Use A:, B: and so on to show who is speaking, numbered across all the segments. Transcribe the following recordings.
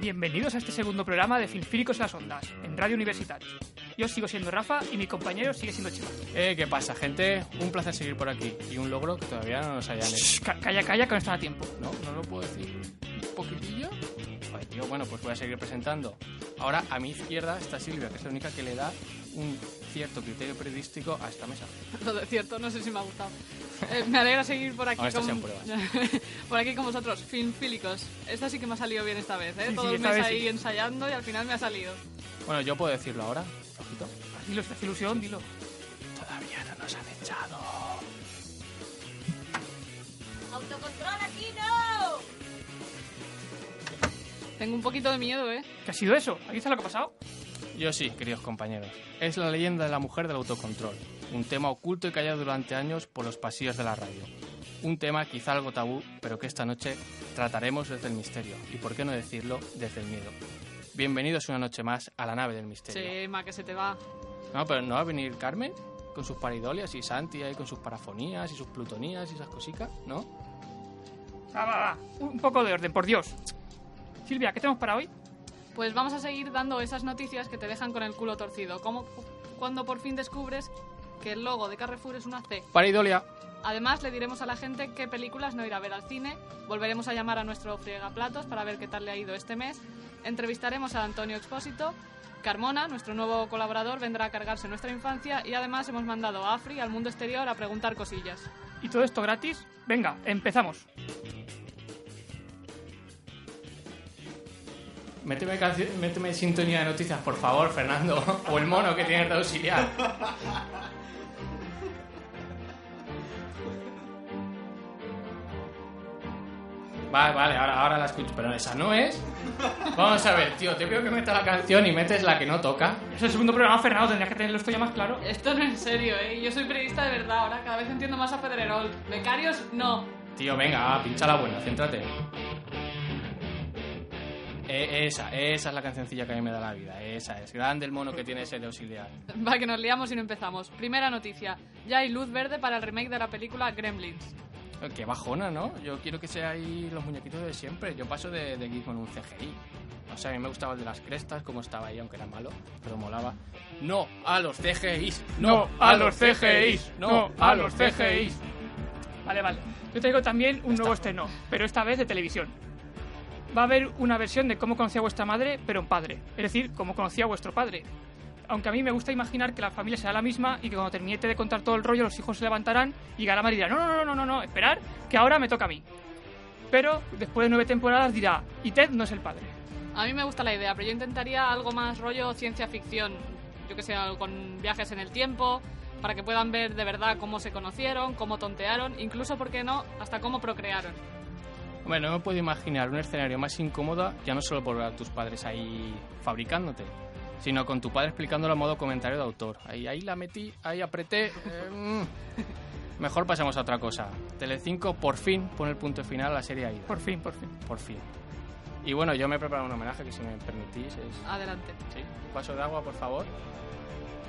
A: bienvenidos a este segundo programa de Filfíricos a las Ondas, en Radio Universitaria. Yo sigo siendo Rafa y mi compañero sigue siendo Chema.
B: Eh, ¿qué pasa, gente? Un placer seguir por aquí. Y un logro que todavía no nos hayan hecho.
A: Shh, ca- calla, calla, que no están a tiempo.
B: No, no lo puedo decir. ¿Un poquitillo? Joder, tío, bueno, pues voy a seguir presentando. Ahora, a mi izquierda está Silvia, que es la única que le da un cierto criterio periodístico a esta mesa.
C: Lo de cierto, no sé si me ha gustado. Eh, me alegra seguir por aquí,
B: Ahora estás en
C: con,
B: pruebas.
C: por aquí con vosotros, filfílicos. Esta sí que me ha salido bien esta vez, ¿eh?
A: Sí, sí,
C: Todo el
A: esta
C: mes
A: vez
C: ahí
A: sí.
C: ensayando y al final me ha salido.
B: Bueno, yo puedo decirlo ahora. Ojito.
A: Dilo, si te hace ilusión, dilo.
B: Todavía no nos han echado.
D: ¡Autocontrol aquí no!
C: Tengo un poquito de miedo, ¿eh?
A: ¿Qué ha sido eso? ¿Aquí está lo que ha pasado?
B: Yo sí, queridos compañeros. Es la leyenda de la mujer del autocontrol, un tema oculto y callado durante años por los pasillos de la radio. Un tema quizá algo tabú, pero que esta noche trataremos desde el misterio y, por qué no decirlo, desde el miedo. Bienvenidos una noche más a la nave del misterio.
C: Chema, que se te va.
B: No, pero ¿no va a venir Carmen? Con sus paridolias y Santi ahí con sus parafonías y sus plutonías y esas cositas, ¿no?
A: Va, va, va. Un poco de orden, por Dios. Silvia, ¿qué tenemos para hoy?
C: Pues vamos a seguir dando esas noticias que te dejan con el culo torcido. Como cuando por fin descubres que el logo de Carrefour es una C.
B: Paridolia.
C: Además, le diremos a la gente qué películas no ir a ver al cine, volveremos a llamar a nuestro friegaplatos para ver qué tal le ha ido este mes, entrevistaremos a Antonio Expósito, Carmona, nuestro nuevo colaborador, vendrá a cargarse nuestra infancia y además hemos mandado a Afri al mundo exterior a preguntar cosillas.
A: ¿Y todo esto gratis? Venga, empezamos.
B: Méteme, cancio- méteme sintonía de noticias, por favor, Fernando. O el mono que tienes de auxiliar. Vale, vale, ahora, ahora la escucho. Pero esa no es. Vamos a ver, tío, te pido que metas la canción y metes la que no toca.
A: Es el segundo programa, Fernando, tendrías que tenerlo esto ya más claro.
C: Esto no es serio, ¿eh? Yo soy periodista de verdad ahora, cada vez entiendo más a Pedrerol. Becarios, no.
B: Tío, venga, va, pincha la buena, céntrate. Eh, esa, esa es la cancioncilla que a mí me da la vida. Esa es. Grande el mono que tiene ese de auxiliar.
C: Va, que nos liamos y no empezamos. Primera noticia, ya hay luz verde para el remake de la película Gremlins.
B: Qué bajona, ¿no? Yo quiero que sea ahí los muñequitos de siempre. Yo paso de, de aquí con un CGI. O sea, a mí me gustaba el de las crestas, como estaba ahí, aunque era malo, pero molaba. ¡No a los CGIs! ¡No a los CGIs! ¡No a los CGIs!
A: Vale, vale. Yo traigo también un nuevo estreno, pero esta vez de televisión. Va a haber una versión de cómo conocía vuestra madre, pero en padre. Es decir, cómo conocía vuestro padre. Aunque a mí me gusta imaginar que la familia será la misma y que cuando termine de contar todo el rollo los hijos se levantarán y llegará madre y dirá, no, no, no, no, no, no, esperar, que ahora me toca a mí. Pero después de nueve temporadas dirá, y Ted no es el padre.
C: A mí me gusta la idea, pero yo intentaría algo más rollo ciencia ficción, yo que sé, algo con viajes en el tiempo, para que puedan ver de verdad cómo se conocieron, cómo tontearon, incluso, ¿por qué no?, hasta cómo procrearon.
B: Hombre, no me puedo imaginar un escenario más incómodo, ya no solo por ver a tus padres ahí fabricándote, sino con tu padre explicándolo a modo comentario de autor. Ahí, ahí la metí, ahí apreté. eh, mm. Mejor pasamos a otra cosa. Telecinco por fin pone el punto final a la serie Aida.
A: Por fin, por fin.
B: por fin. Y bueno, yo me he preparado un homenaje que si me permitís es...
C: Adelante.
B: Sí, un vaso de agua, por favor.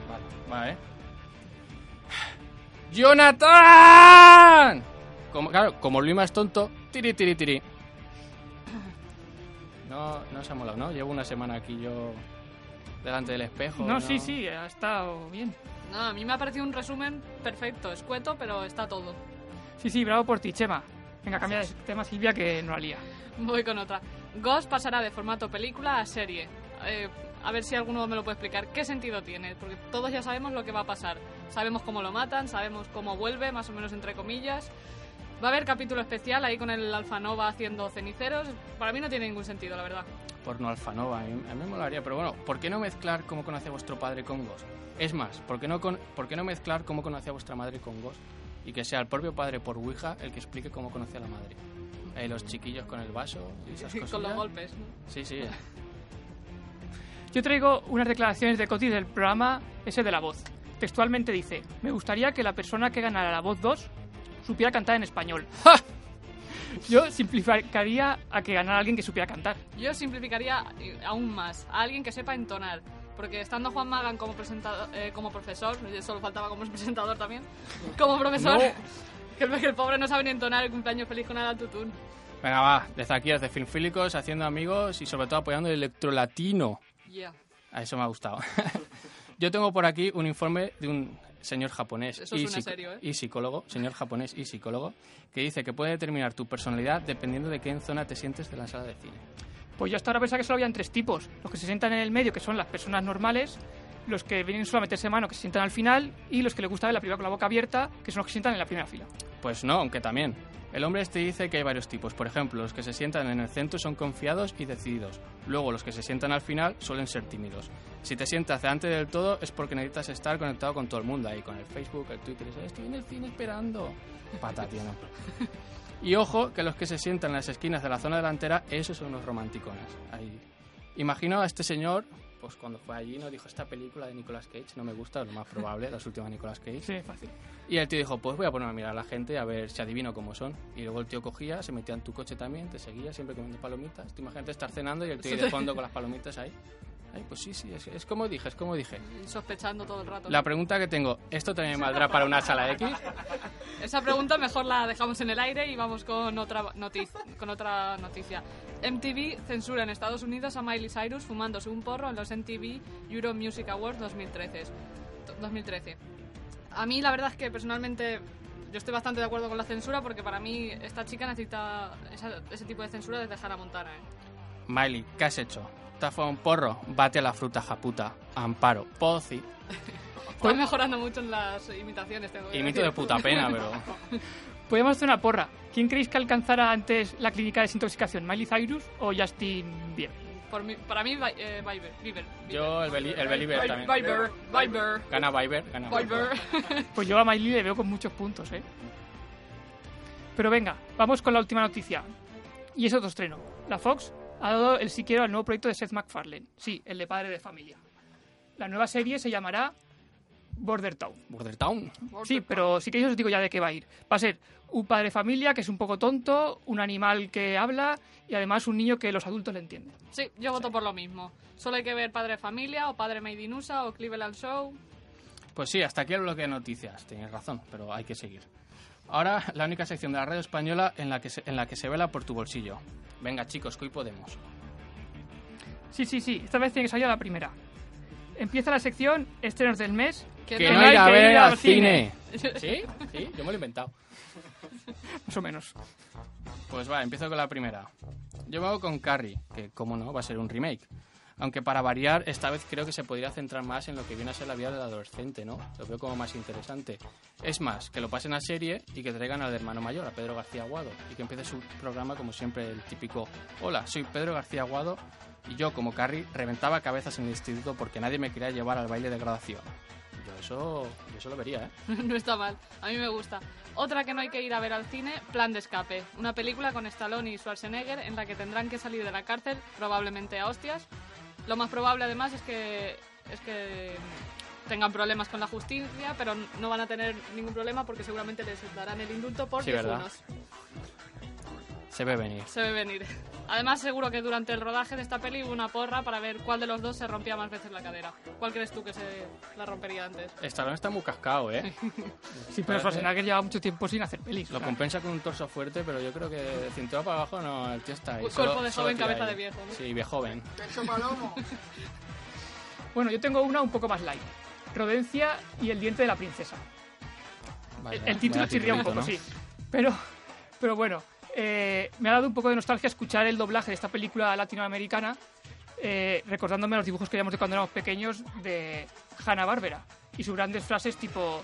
B: Vale, vale. ¡Jonathan! Como, claro, como Luis más tonto, tiri, tiri, tiri. No, no se ha molado, ¿no? Llevo una semana aquí yo delante del espejo.
A: No, sí, sí, ha estado bien.
C: No, a mí me ha parecido un resumen perfecto, escueto, pero está todo.
A: Sí, sí, bravo por ti, Chema. Venga, cambia de tema, Silvia, que no la lía.
C: Voy con otra. Ghost pasará de formato película a serie. Eh, a ver si alguno me lo puede explicar. ¿Qué sentido tiene? Porque todos ya sabemos lo que va a pasar. Sabemos cómo lo matan, sabemos cómo vuelve, más o menos entre comillas. Va a haber capítulo especial ahí con el Alfanova haciendo ceniceros. Para mí no tiene ningún sentido, la verdad.
B: Porno alfanova, a mí, a mí me molaría. Pero bueno, ¿por qué no mezclar cómo conoce a vuestro padre con Ghost? Es más, ¿por qué, no con- ¿por qué no mezclar cómo conoce a vuestra madre con Ghost? Y que sea el propio padre por Ouija el que explique cómo conoce a la madre. Eh, los chiquillos con el vaso y esas cosas.
C: con los golpes. ¿no?
B: Sí, sí.
A: Yo traigo unas declaraciones de Coti del programa ese de la voz. Textualmente dice, me gustaría que la persona que ganara la voz 2 supiera cantar en español. ¡Ja! Yo simplificaría a que ganara alguien que supiera cantar.
C: Yo simplificaría aún más a alguien que sepa entonar. Porque estando Juan Magan como, presentado, eh, como profesor, yo solo faltaba como presentador también, como profesor, que el- que el pobre no sabe ni entonar el cumpleaños feliz con Alan Tutún.
B: Venga, va, desde aquí, desde Filmfílicos, haciendo amigos y sobre todo apoyando el electrolatino.
C: Yeah.
B: A eso me ha gustado. Yo tengo por aquí un informe de un señor japonés
C: Eso
B: y,
C: suena
B: psico-
C: serio, ¿eh?
B: y psicólogo, señor japonés y psicólogo, que dice que puede determinar tu personalidad dependiendo de qué en zona te sientes de la sala de cine.
A: Pues yo hasta ahora pensaba que solo habían tres tipos. Los que se sientan en el medio, que son las personas normales, los que vienen solo a meterse mano, que se sientan al final, y los que les gusta ver la película con la boca abierta, que son los que se sientan en la primera fila.
B: Pues no, aunque también. El hombre este dice que hay varios tipos. Por ejemplo, los que se sientan en el centro son confiados y decididos. Luego, los que se sientan al final suelen ser tímidos. Si te sientas delante del todo es porque necesitas estar conectado con todo el mundo ahí, con el Facebook, el Twitter. eso, Estoy en el cine esperando. Patatiano. Y ojo, que los que se sientan en las esquinas de la zona delantera, esos son los romanticones. Ahí. Imagino a este señor, pues cuando fue allí, nos dijo esta película de Nicolas Cage, no me gusta, lo más probable, las últimas Nicolas Cage.
A: Sí, fácil.
B: Y el tío dijo, pues voy a ponerme a mirar a la gente a ver si adivino cómo son. Y luego el tío cogía, se metía en tu coche también, te seguía siempre comiendo palomitas. Tú imagínate estar cenando y el tío ahí de fondo con las palomitas ahí. Ay, pues sí, sí, es, es como dije, es como dije.
C: Sospechando todo el rato.
B: La pregunta que tengo, ¿esto también valdrá para una sala X?
C: Esa pregunta mejor la dejamos en el aire y vamos con otra, notic- con otra noticia. MTV censura en Estados Unidos a Miley Cyrus fumándose un porro en los MTV Euro Music Awards 2013. To- 2013. A mí la verdad es que personalmente yo estoy bastante de acuerdo con la censura porque para mí esta chica necesita esa- ese tipo de censura desde Hannah Montana. ¿eh?
B: Miley, ¿qué has hecho? ¿Te has fumado un porro? Bate a la fruta, japuta. Amparo, pozi.
C: Estoy mejorando mucho en las imitaciones. Tengo que
B: Pues Imito de
C: decir.
B: puta pena, pero...
A: Podemos hacer una porra. ¿Quién creéis que alcanzara antes la clínica de desintoxicación? ¿Miley Cyrus o Justin Bieber?
C: Por mí- para mí, Vi- eh, Bieber. Bieber.
B: Yo, el, beli- el Believer
C: Bieber.
B: también.
C: Bieber. Bieber.
B: Gana Viber, gana
C: Bieber.
A: Pues yo a Miley le veo con muchos puntos, ¿eh? Pero venga, vamos con la última noticia. Y es otro estreno. La Fox ha dado el sí quiero al nuevo proyecto de Seth MacFarlane. Sí, el de Padre de Familia. La nueva serie se llamará Border Town.
B: Border Town.
A: Sí, pero sí que yo os digo ya de qué va a ir. Va a ser un padre de familia que es un poco tonto, un animal que habla y además un niño que los adultos le entienden.
C: Sí, yo voto por lo mismo. Solo hay que ver Padre de Familia o Padre Made in USA o Cleveland Show.
B: Pues sí, hasta aquí el bloque de noticias. Tienes razón, pero hay que seguir. Ahora, la única sección de la radio española en la que se, en la que se vela por tu bolsillo. Venga, chicos, que hoy podemos.
A: Sí, sí, sí, esta vez tiene que salir a la primera. Empieza la sección estrenos del mes.
C: Que
A: no hay que ir al
B: ¿Sí? ¿Sí? Yo me lo he inventado.
A: Más o menos.
B: Pues va, empiezo con la primera. Yo me hago con Carrie, que como no, va a ser un remake. Aunque para variar, esta vez creo que se podría centrar más en lo que viene a ser la vida del adolescente, ¿no? Lo veo como más interesante. Es más, que lo pasen a serie y que traigan al hermano mayor, a Pedro García Aguado, y que empiece su programa como siempre el típico Hola, soy Pedro García Aguado y yo, como Carrie, reventaba cabezas en el instituto porque nadie me quería llevar al baile de graduación. Yo eso, yo eso lo vería, ¿eh?
C: no está mal, a mí me gusta. Otra que no hay que ir a ver al cine, Plan de Escape. Una película con Stallone y Schwarzenegger en la que tendrán que salir de la cárcel, probablemente a hostias. Lo más probable además es que, es que tengan problemas con la justicia, pero no van a tener ningún problema porque seguramente les darán el indulto por
B: Sí, ¿verdad?
C: viejunos.
B: Se ve venir.
C: Se ve venir. Además, seguro que durante el rodaje de esta peli hubo una porra para ver cuál de los dos se rompía más veces la cadera. ¿Cuál crees tú que se la rompería antes?
B: Estalón está muy cascado, ¿eh?
A: Sí, pero Schwarzenegger lleva mucho tiempo sin hacer pelis.
B: Lo
A: O sea,
B: compensa con un torso fuerte, pero yo creo que de cintura para abajo no, el tío está ahí.
C: Cu- cuerpo de joven,
B: tira
C: cabeza
B: ahí.
C: de viejo, ¿no?
B: Sí, viejo joven.
A: Bueno, yo tengo una un poco más light. Rodencia y el diente de la princesa. El- el título chirría un poco, sí. Pero, pero bueno, eh, me ha dado un poco de nostalgia escuchar el doblaje de esta película latinoamericana, eh, recordándome los dibujos que veíamos de cuando éramos pequeños de Hanna Barbera y sus grandes frases tipo: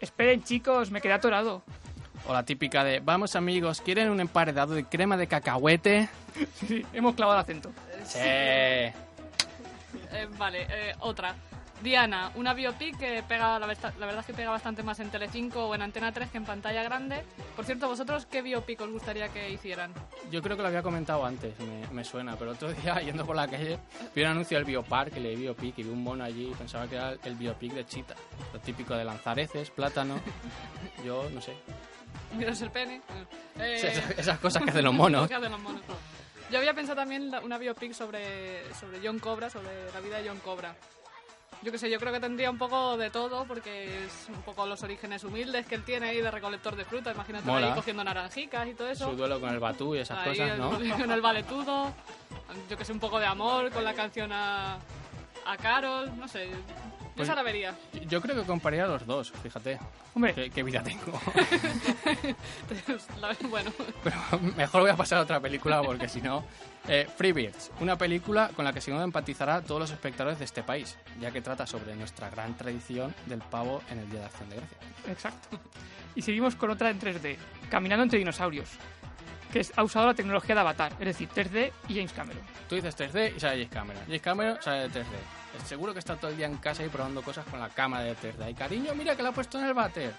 A: Esperen, chicos, me quedé atorado.
B: O la típica de, vamos amigos, ¿quieren un emparedado de crema de cacahuete?
A: Sí, sí, hemos clavado el acento.
B: Sí.
C: Eh, vale, eh, otra. Diana, una biopic que pega, la, verta- la verdad es que pega bastante más en Telecinco o en Antena 3 que en pantalla grande. Por cierto, ¿vosotros qué biopic os gustaría que hicieran?
B: Yo creo que lo había comentado antes, me, me suena, pero otro día yendo por la calle vi un anuncio del Biopark, le Biopic y vi un mono allí y pensaba que era el Biopic de Chita. Lo típico de lanzareces, plátano. Yo no sé.
C: Miros el pene. Eh,
B: Esas, esas cosas que hacen los monos.
C: que hacen los monos. Yo había pensado también la- una biopic sobre, sobre John Cobra, sobre la vida de John Cobra. Yo qué sé, yo creo que tendría un poco de todo, porque es un poco los orígenes humildes que él tiene ahí de recolector de fruta, imagínate
B: Mola.
C: ahí cogiendo naranjicas y todo eso.
B: Su duelo con el Batú y esas
C: ahí
B: cosas, ¿no?
C: el- en el valetudo, yo que sé, un poco de amor con la canción a, a Carol, no sé, yo
B: Pues-
C: esa la vería.
B: Yo creo que comparía a los dos, fíjate.
A: Hombre,
B: Qué, qué vida tengo.
C: Pues La- bueno,
B: Pero mejor voy a pasar a otra película porque si no... Eh, Freebirds, una película con la que seguro empatizará todos los espectadores de este país, ya que trata sobre nuestra gran tradición del pavo en el Día de Acción de Gracia.
A: Exacto. Y seguimos con otra en 3D, Caminando entre dinosaurios, que es- ha usado la tecnología de Avatar, es decir, 3D y James Cameron.
B: Tú dices 3D y sale James Cameron. James Cameron sale de 3D. Seguro que está todo el día en casa y probando cosas con la cámara de 3D. Y cariño, mira que la ha puesto en el váter.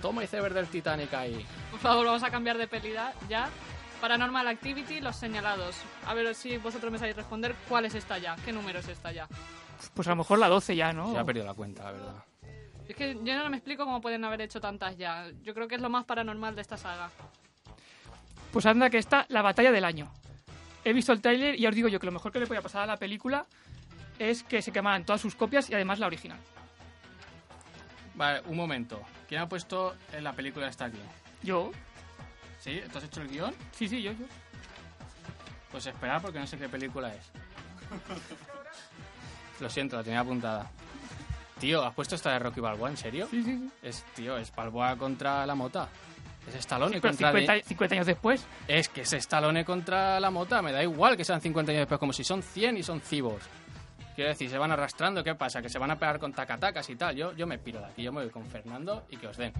B: Toma iceberg del Titanic ahí.
C: por favor, vamos a cambiar de pelida ya. Paranormal Activity, los señalados. A ver si vosotros me sabéis responder cuál es esta ya, qué número es esta ya.
A: Pues a lo mejor la 12 ya, ¿no?
B: Ya he perdido la cuenta, la verdad.
C: Es que yo no me explico cómo pueden haber hecho tantas ya. Yo creo que es lo más paranormal de esta saga.
A: Pues anda que está la batalla del año. He visto el tráiler y ya os digo yo que lo mejor que le podía pasar a la película es que se quemaran todas sus copias y además la original.
B: Vale, un momento. ¿Quién ha puesto en la película esta aquí?
A: Yo,
B: ¿Sí? ¿Tú has hecho el guión?
A: sí, sí, yo, yo.
B: Pues esperar porque no sé qué película es. Lo siento, la tenía apuntada. Tío, ¿has puesto esta de Rocky Balboa? ¿En serio?
A: Sí, sí, sí.
B: Es, tío, es Balboa contra la mota. Es Stallone
A: Pero
B: contra... De-
A: 50, 50 años después,
B: Es que es Stallone contra la mota, me da igual que sean 50 años después, como si son 100 y son cibos. Quiero decir, se van arrastrando, ¿qué pasa? Que se van a pegar con tacatacas y tal. Yo, yo me piro de aquí, yo me voy con Fernando y que os den.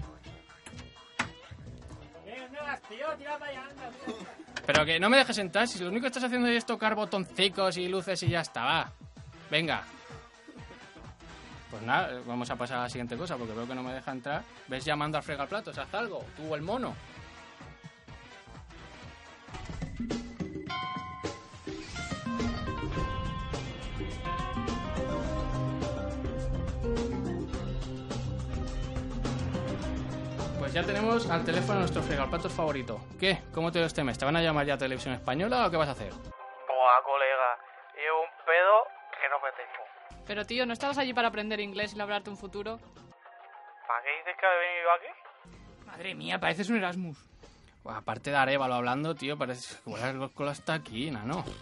B: Pero que no me dejes sentar, si lo único que estás haciendo es tocar botoncicos y luces y ya está, va. Venga. Pues nada, vamos a pasar a la siguiente cosa porque veo que no me deja entrar. ¿Ves llamando al fregaplatos? Haz algo, tú o el mono. Pues ya tenemos al teléfono a nuestro fregaplatos favorito. ¿Qué? ¿Cómo te ves este mes? ¿Te van a llamar ya a Televisión Española o qué vas a hacer?
E: Buah, colega, llevo un pedo que no me tengo.
C: Pero tío, ¿no estabas allí para aprender inglés y labrarte un futuro?
E: ¿Para qué dices que ha venido aquí?
A: madre mía, pareces un Erasmus.
B: Buah, aparte de Arevalo hablando, tío, parece que huele algo cola hasta aquí, nano.
E: Tío.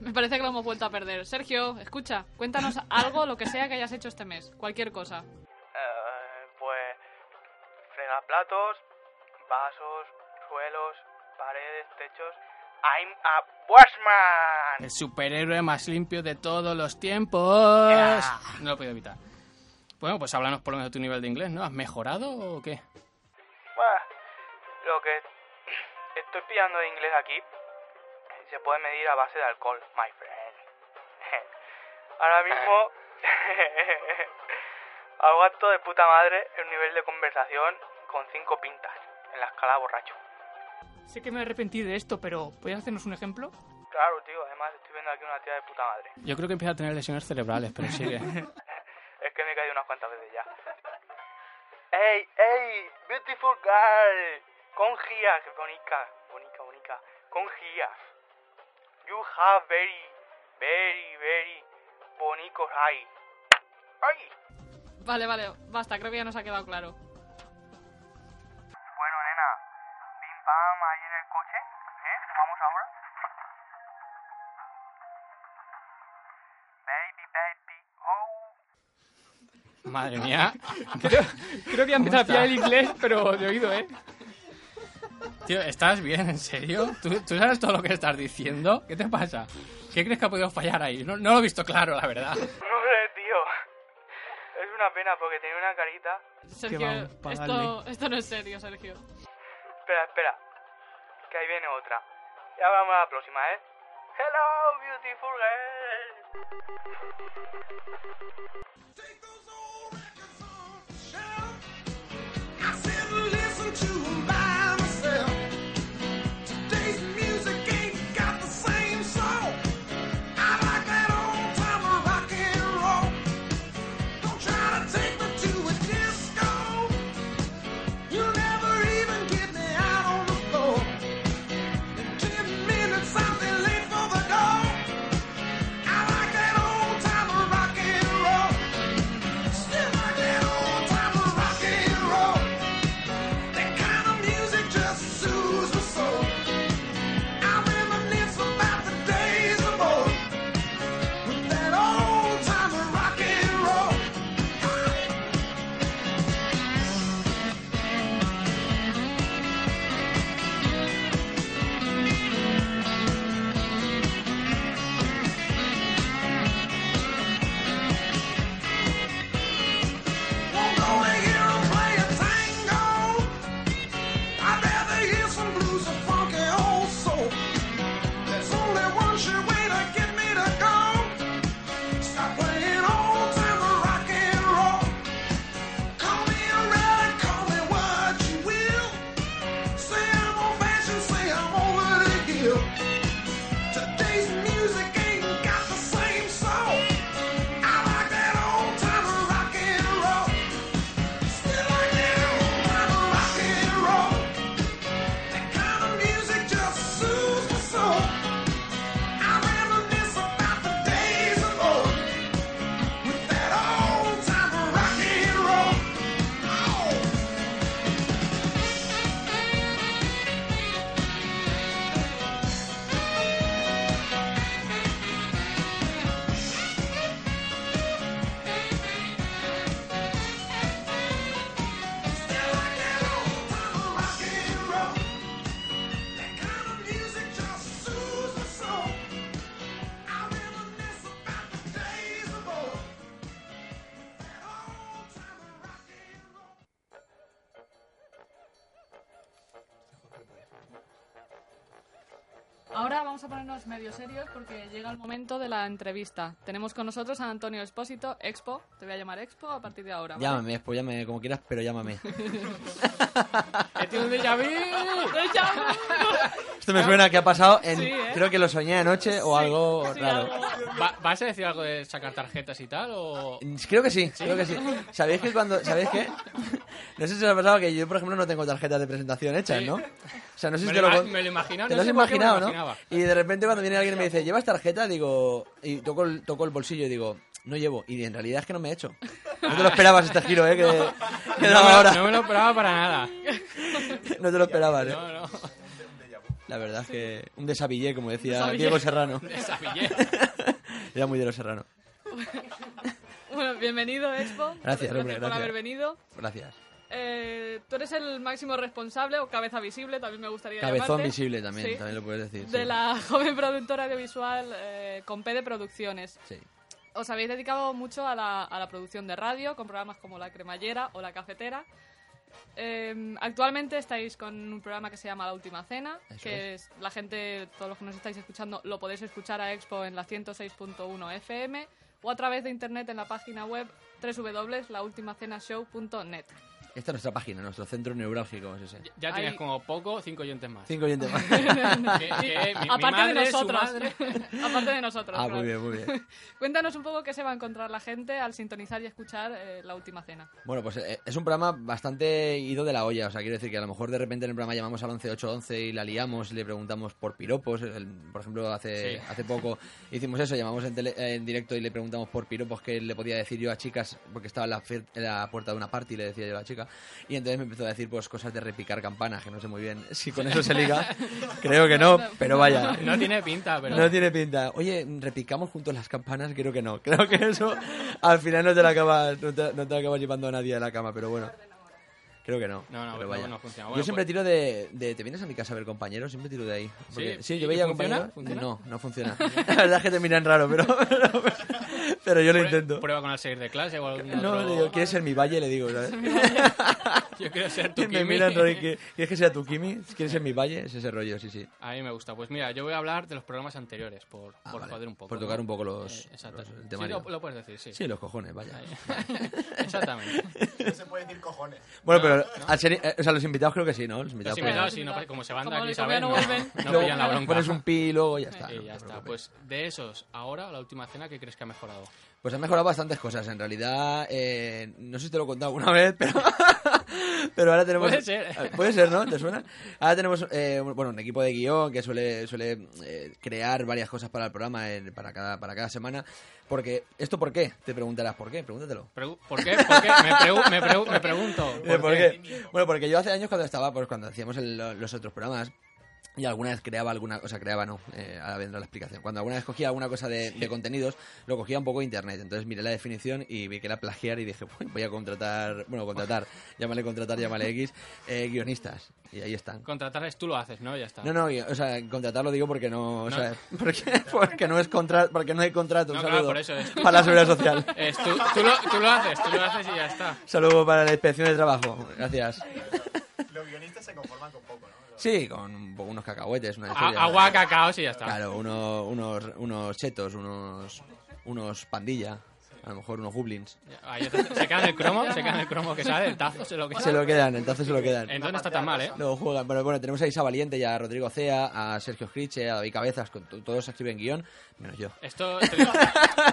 C: Me parece que lo hemos vuelto a perder. Sergio, escucha, cuéntanos algo, lo que sea que hayas hecho este mes. Cualquier cosa.
E: Eh, pues. Fregaplatos, vasos, suelos, paredes, techos. I'm a washman.
B: El superhéroe más limpio de todos los tiempos.
E: Ah.
B: No lo puedo evitar. Bueno, pues háblanos por lo menos de tu nivel de inglés, ¿no? ¿Has mejorado o qué?
E: Buah, lo que estoy pillando de inglés aquí se puede medir a base de alcohol, my friend. Ahora mismo aguanto de puta madre el nivel de conversación con cinco pintas en la escala borracho.
A: Sé que me arrepentí de esto, pero ¿podrías hacernos un ejemplo?
E: Claro, tío, además estoy viendo aquí una tía de puta madre.
B: Yo creo que empieza a tener lesiones cerebrales, pero sigue.
E: Es que me he caído unas cuantas veces ya. ¡Ey, ey! ¡Beautiful girl! Con here, qué bonita, bonita, bonita. Con here. You have very, very, very bonitos eyes. ¡Ay!
C: Vale, vale, basta, creo que ya nos ha quedado claro.
E: Bueno, nena, ¿bim pam ahí en el coche? ¿Eh? ¿Fumamos ahora? Baby, baby, oh.
B: Madre mía.
A: Creo que ya empezado a pillar el inglés, pero de oído, ¿eh?
B: Tío, ¿estás bien? ¿En serio? ¿Tú, tú sabes todo lo que estás diciendo? ¿Qué te pasa? ¿Qué crees que ha podido fallar ahí? No, no lo he visto claro, la verdad.
E: No sé, tío. Es una pena porque tenía una carita.
C: Sergio,
B: va,
C: esto, esto no es serio, Sergio.
E: Espera, espera. Que ahí viene otra. Ya vamos a la próxima, ¿eh? Hello, beautiful girl.
F: Ten minutes, something late for the door. I like
C: Ahora vamos a ponernos medio serios porque llega el momento de la entrevista. Tenemos con nosotros a Antonio Espósito, Expo. Te voy a llamar Expo a partir de ahora. ¿vale?
F: Llámame, pues llámame como quieras, pero llámame.
B: ¡Que tiene un déjà vu!
F: Esto me suena que ha pasado en...
C: Sí, ¿eh?
F: Creo que lo soñé anoche o algo
C: Sí,
F: raro.
C: algo.
B: Va- ¿Vas a decir algo de sacar tarjetas y tal? O...
F: Mm, Creo que sí, creo que sí. ¿Sabéis que cuando... ¿Sabéis qué? No sé si os ha pasado que yo, por ejemplo, no tengo tarjetas de presentación hechas,
B: Sí.
F: ¿no? O sea, no sé
B: Me
F: si te
B: lo
F: lo...
B: ima-
F: con-
B: me lo imaginaba,
F: Te
B: no
F: lo has
B: sé por qué me lo
F: imaginado, ¿no?
B: imaginaba.
F: Y de repente cuando viene alguien y me dice, ¿llevas tarjeta? Digo... Y toco el, toco el bolsillo y digo, no llevo. Y en realidad es que no me he hecho. No te lo esperabas este giro, ¿eh? Que, que
B: no,
F: daba
B: me lo-
F: ahora.
B: no me lo esperaba para nada.
F: No te lo esperabas, ¿eh?
B: No, no.
F: La verdad es que un desavillé, como decía
C: Desavillé.
F: Diego Serrano.
B: Desavillé.
F: Era muy de los Serrano.
C: Bueno, bienvenido, Expo.
F: Gracias, hombre,
C: por
F: gracias.
C: haber venido.
F: Gracias.
C: Eh, tú eres el máximo responsable o cabeza visible, también me gustaría
F: Cabezón
C: llamarte.
F: visible también,
C: Sí.
F: también lo puedes decir.
C: De
F: sí.
C: la joven productora audiovisual eh, con P de Producciones.
F: Sí.
C: Os habéis dedicado mucho a la, a la producción de radio, con programas como La Cremallera o La Cafetera. Eh, actualmente estáis con un programa que se llama La Última Cena,
F: Eso
C: que es. la gente, todos los que nos estáis escuchando, lo podéis escuchar a Expo en la 106.1 FM o a través de internet en la página web www.laultimacenashow.net.
F: Esta es nuestra página, nuestro centro neurálgico es ese.
B: Ya tienes
C: Ahí.
B: como poco cinco oyentes más.
F: Cinco oyentes más.
B: Que- que mi- mi
C: Aparte de
B: madre, su
C: nosotros.
B: madre-
C: Aparte de nosotros.
F: ah,
C: claro.
F: muy bien, muy bien.
C: Cuéntanos un poco qué se va a encontrar la gente al sintonizar y escuchar eh, La Última Cena.
F: Bueno, pues eh, es un programa bastante ido de la olla. O sea, quiero decir que a lo mejor de repente en el programa llamamos al 11-8-11 y la liamos y le preguntamos por piropos. El- por ejemplo, hace,
B: Sí.
F: hace poco hicimos eso, llamamos en, tele- en directo y le preguntamos por piropos que le podía decir yo a chicas, porque estaba en la, fier- en la puerta de una party y le decía yo a la chica. Y entonces me empezó a decir pues cosas de repicar campanas, que no sé muy bien si con eso se liga. Creo que no, pero vaya.
B: No tiene pinta, pero...
F: No tiene pinta. Oye, ¿repicamos juntos las campanas? Creo que no. Creo que eso al final no te la acabas, no te, no te acabas llevando a nadie a la cama, pero bueno. Creo que no.
B: No, no,
F: pero
B: no,
F: vaya.
B: no funciona.
F: yo
B: Bueno,
F: siempre
B: pues-
F: tiro de, de- ¿Te vienes a mi casa a ver compañeros? Siempre tiro de ahí. Porque-
B: Sí,
F: sí,
B: ¿y-
F: yo
B: y
F: veía
B: funciona?
F: compañeros.
B: ¿Funciona?
F: No, no funciona. La verdad es que te miran raro, pero, pero, pero yo lo
B: Prue-
F: intento.
B: Prueba con el salir de clase o algún
F: No,
B: otro-
F: le digo, ¿quieres ser mi valle? Le digo, ¿sabes?
B: Yo quiero ser tu
F: Y me
B: Kimi.
F: miran raro y que, ¿quieres que sea tu Kimi? ¿Quieres ser mi valle? Es ese rollo, sí, sí.
B: A mí me gusta. Pues mira, yo voy a hablar de los programas anteriores, por,
F: Ah,
B: por
F: vale.
B: joder un poco.
F: Por tocar
B: ¿no?
F: un poco los,
B: Eh, exacto.
F: los- el
B: Sí,
F: temario.
B: lo, lo puedes decir, sí.
F: Sí, los cojones, vaya.
B: Exactamente.
G: No se puede decir cojones.
F: Bueno, pero al ser- eh, o sea, los invitados creo que sí, ¿no? Los invitados.
B: Los
F: pueden-
B: invitados, sí, no, pa- como se van de
C: Como
B: aquí,
C: los
B: ¿sabes? No,
C: italianos vuelven.
B: no
F: Luego
B: pillan la bronca.
F: Pones un pi y luego ya está.
B: Y
F: no
B: ya
F: te
B: está.
F: preocupes.
B: Pues de esos, ahora, la última cena, ¿qué crees que ha mejorado?
F: Pues han mejorado bastantes cosas. En realidad, eh, no sé si te lo he contado alguna vez, pero, pero ahora tenemos...
B: Puede ser.
F: Eh, Puede ser, ¿no? ¿Te suena? Ahora tenemos eh, un- bueno, un equipo de guión que suele, suele eh, crear varias cosas para el programa, eh, para, cada, para cada semana. Porque, ¿esto por qué? Te preguntarás, ¿por qué? Pregúntatelo.
B: Pregu- ¿Por qué? ¿Por qué? Me, pregu- me, pregu- me pregunto.
F: Eh, ¿por qué? Bueno, porque yo hace años cuando estaba, pues cuando hacíamos el- lo- los otros programas, y alguna vez creaba alguna cosa, creaba no, eh, ahora vendrá la explicación. Cuando alguna vez cogía alguna cosa de, de contenidos, lo cogía un poco de internet. Entonces miré la definición y vi que era plagiar y dije, "Bueno, voy a contratar, bueno, contratar, llámale contratar, llámale X, eh, guionistas. Y ahí están.
B: Contratarles tú lo haces, ¿no? Ya está.
F: No, no, y- o sea, contratarlo digo porque no, o
B: No.
F: sea, porque, porque no es contra, porque no hay contrato. Un
B: No, claro,
F: saludo
B: por eso es.
F: para la seguridad social.
B: Es tú, tú lo, tú lo haces, tú lo haces y ya está.
F: Saludo para la inspección de trabajo. Gracias.
G: Los guionistas se conforman con poco, ¿no?
F: Sí, con un po- unos cacahuetes, una
B: A-
F: historia.
B: agua, cacao y ya está.
F: Claro, uno- unos, unos chetos, unos, unos pandilla, a lo mejor unos goblins.
B: Ahí está. se queda en el cromo, se queda en el cromo que sale, el tazo, se lo que
F: Se lo quedan, entonces se lo quedan.
B: Entonces no está tan mal, ¿eh?
F: Luego juegan, pero bueno, tenemos a Isa Valiente y a Rodrigo Cea, a Sergio Scriche, a David Cabezas, con- to- todos escriben guión, menos yo.
B: Esto te lo-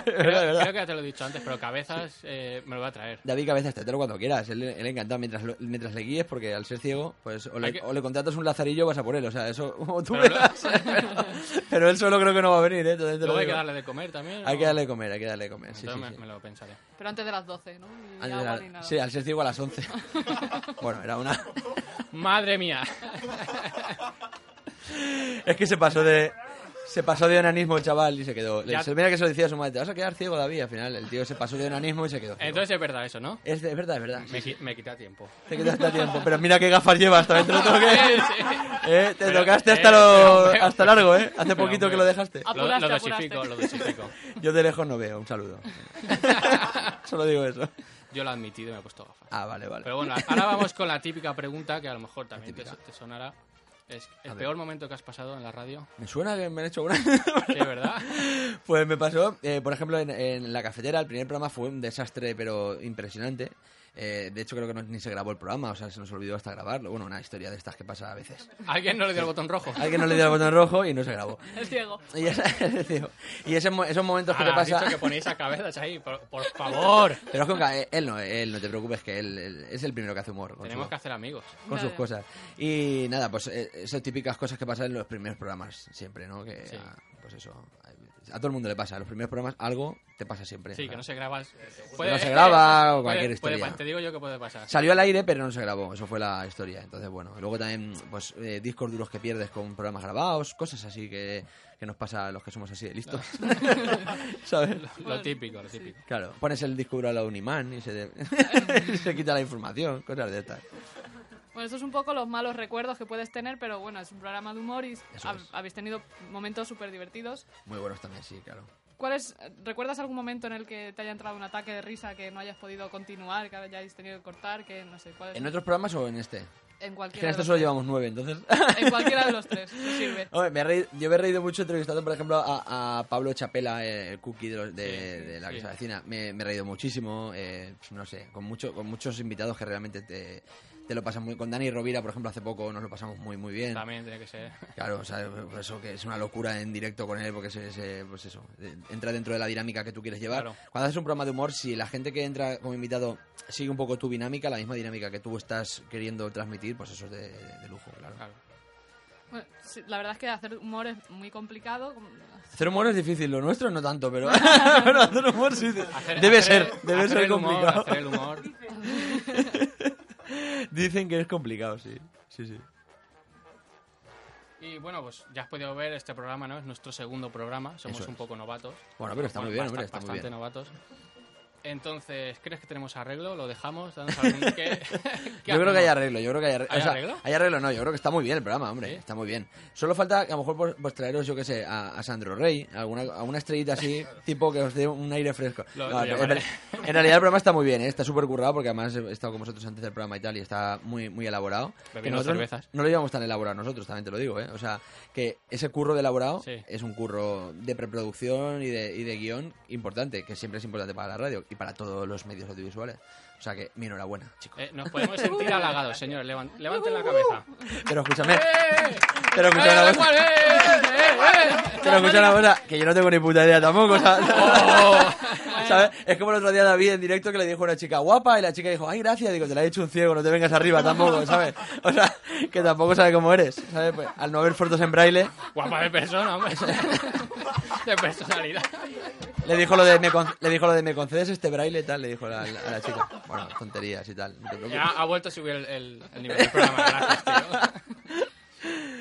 B: creo,
F: verdad.
B: creo que ya te lo he dicho antes, pero cabezas eh, me lo va a traer.
F: David Cabezas, te cuando quieras, él, él encantado mientras, lo- mientras le guíes, porque al ser ciego, pues o
B: Hay
F: le,
B: que-
F: o le contratas un lazarillo vas a por él, o sea, eso como tú
B: Pero lo-
F: veas, pero, pero él solo creo que no va a venir, ¿eh? También te lo
B: Luego hay que
F: digo.
B: darle de comer también.
F: Hay
B: ¿no?
F: que darle de comer, hay que darle de comer, sí,
B: Entonces
F: sí,
B: me,
F: sí.
B: me lo pensaré.
C: Pero antes de las 12, ¿no? Ni
F: Antes de
C: agua
F: la-
C: ni nada.
F: Sí, al ser ciego a las 11. bueno, era una...
B: Madre mía.
F: Es que se pasó de... Se pasó de onanismo el chaval y se quedó. Le
B: Ya-
F: dice, mira que se lo decía a su madre, te vas a quedar ciego David. Al final el tío se pasó de onanismo y se quedó. ciego.
B: Entonces es verdad eso, ¿no?
F: Es, de- es verdad, es verdad.
B: Me, qui- me quita tiempo.
F: Te quedaste a tiempo. Pero mira qué gafas llevas, también te lo tengo que decir.
B: Sí.
F: Eh, Te
B: Pero-
F: tocaste
B: eh,
F: hasta,
B: pero,
F: lo,
B: hombre,
F: hasta largo, ¿eh? Hace
B: pero,
F: poquito que
B: hombre.
F: lo dejaste.
B: Lo,
C: Apuraste,
B: lo
C: apuraste.
B: dosifico, lo dosifico.
F: Yo de lejos no veo, un saludo. Solo digo eso.
B: Yo lo he admitido y me he puesto gafas.
F: Ah, vale, vale.
B: Pero bueno, ahora vamos con la típica pregunta que a lo mejor también te,
F: típica.
B: te sonará. Es
F: A
B: el
F: ver.
B: peor momento que has pasado en la radio.
F: Me suena que me han hecho una.
B: Sí, ¿verdad?
F: Pues me pasó, eh, por ejemplo, en, en la cafetera, el primer programa fue un desastre, pero impresionante. Eh, de hecho, creo que no- ni se grabó el programa, o sea, se nos olvidó hasta grabarlo. Bueno, una historia de estas que pasa a veces.
B: Alguien no le dio el botón rojo.
F: Alguien no le dio el botón rojo y no se grabó.
C: El ciego.
F: Y, esa- digo, y ese mo- esos momentos que
B: Ahora,
F: te
B: Ah, has
F: pasa.
B: dicho que ponéis a cabezas ahí, por, por favor.
F: Pero es con ca- él no, él no te preocupes, que él, él es el primero que hace humor. con
B: Tenemos
F: su-
B: que hacer amigos.
F: con
C: Ya,
F: sus
C: ya.
F: cosas. Y nada, pues eh, esas típicas cosas que pasan en los primeros programas siempre, ¿no? Que
B: Sí.
F: ah, pues eso, a todo el mundo le pasa, en los primeros programas algo te pasa siempre.
B: Sí,
F: O sea,
B: que no se graba. eh,
F: No se graba o
B: puede-
F: cualquier
B: puede
F: historia.
B: pa- te digo yo que puede pasar.
F: Salió al aire, pero no se grabó. Eso fue la historia. Entonces, bueno. Luego también, pues, eh, discos duros que pierdes con programas grabados, cosas así que, que nos pasa a los que somos así de listos. ¿Sabes?
B: Lo típico, lo típico.
F: Claro. Pones el disco duro al lado de un imán y se, te- y se quita la información, cosas de estas.
C: Bueno, eso es un poco los malos recuerdos que puedes tener, pero bueno, es un programa de humor y hab-
F: es.
C: habéis tenido momentos súper divertidos.
F: Muy buenos también, sí, claro.
C: ¿Cuál es- ¿Recuerdas algún momento en el que te haya entrado un ataque de risa que no hayas podido continuar, que hayáis tenido que cortar, que no sé cuál es?
F: ¿En otros programas o en este?
C: En
F: Es que en
C: cualquiera,
F: este
C: de
F: solo
C: los
F: llevamos nueve, entonces...
C: tres. en cualquiera de los tres, no sirve.
F: Hombre, me he reído- yo me he reído mucho entrevistando, por ejemplo, a, a Pablo Chapela, eh, el cookie de, los- de-
B: Sí,
F: de la
B: sí.
F: casa vecina. Me, me he reído muchísimo, eh, no sé, con, mucho, con muchos invitados que realmente te, te lo pasan muy... Con Dani Rovira, por ejemplo, hace poco nos lo pasamos muy, muy bien.
B: También tiene que ser.
F: Claro, o sea, por eso que es una locura en directo con él, porque se, se- pues eso, eh, entra dentro de la dinámica que tú quieres llevar.
B: Claro.
F: Cuando haces un programa de humor, si la gente que entra como invitado sigue un poco tu dinámica, la misma dinámica que tú estás queriendo transmitir, pues eso es de, de lujo, claro.
B: Claro.
C: Bueno, sí, la verdad es que hacer humor es muy complicado. como-
F: Hacer humor es difícil, lo nuestro no tanto, pero, pero hacer humor sí.
B: Hacer-
F: debe
B: hacer-
F: ser, debe
B: hacer
F: ser
B: el humor,
F: complicado.
B: hacer el humor.
F: Dicen que es complicado, sí. Sí, sí.
B: Y bueno, pues ya has podido ver este programa, ¿no? Es nuestro segundo programa. Somos
F: Eso es.
B: un poco novatos.
F: Bueno, pero está muy bien, hombre, está muy
B: bastante
F: bien.
B: novatos. Entonces, ¿crees que tenemos arreglo? ¿Lo dejamos? Danos algún- ¿Qué- qué
F: Yo creo que hay
B: hacemos?
F: arreglo, yo creo que hay arreglo.
B: ¿Hay
F: o sea,
B: arreglo?
F: hay arreglo no, yo creo que está muy bien el programa, hombre,
B: ¿Sí?
F: está muy bien. Solo falta, a lo mejor, pues, pues traeros, yo qué sé, a, a Sandro Rey, alguna, a una estrellita así, tipo que os dé un aire fresco.
B: Lo-
F: No,
B: lo
F: en,
B: llamaré.
F: en realidad el programa está muy bien, ¿eh? está súper currado, porque además he estado con vosotros antes del programa y tal, y está muy, muy elaborado.
B: Bebiendo
F: Que nosotros
B: cervezas.
F: No lo llevamos tan elaborado nosotros, también te lo digo, ¿eh? O sea, que ese curro de elaborado
B: Sí.
F: es un curro de preproducción y de, y de guión importante, que siempre es importante para la radio y para todos los medios audiovisuales. O sea que, mi enhorabuena, chicos.
B: Eh, nos podemos sentir halagados, señores. Levan- levanten la cabeza. Eh,
F: Pero escúchame. Pero escúchame una cosa. Pero escúchame una cosa. Que yo no tengo ni puta idea tampoco. o sea,
B: Oh,
F: ¿Sabes? Es como el otro día David en directo que le dijo a una chica guapa y la chica dijo, ay, gracias. Digo, te la he hecho un ciego, no te vengas arriba tampoco, ¿sabes? O sea, que tampoco sabe cómo eres, ¿sabes? Pues, al no haber fotos en braille,
B: Guapa de persona, hombre. De personalidad.
F: le dijo lo de, me, con- le dijo lo de, me concedes este braille y tal, le dijo la- la- a la, chica. Bueno, tonterías y tal. no te preocupes.
B: Ya Eh, ha vuelto a subir el, el- el nivel del programa. gracias, tío.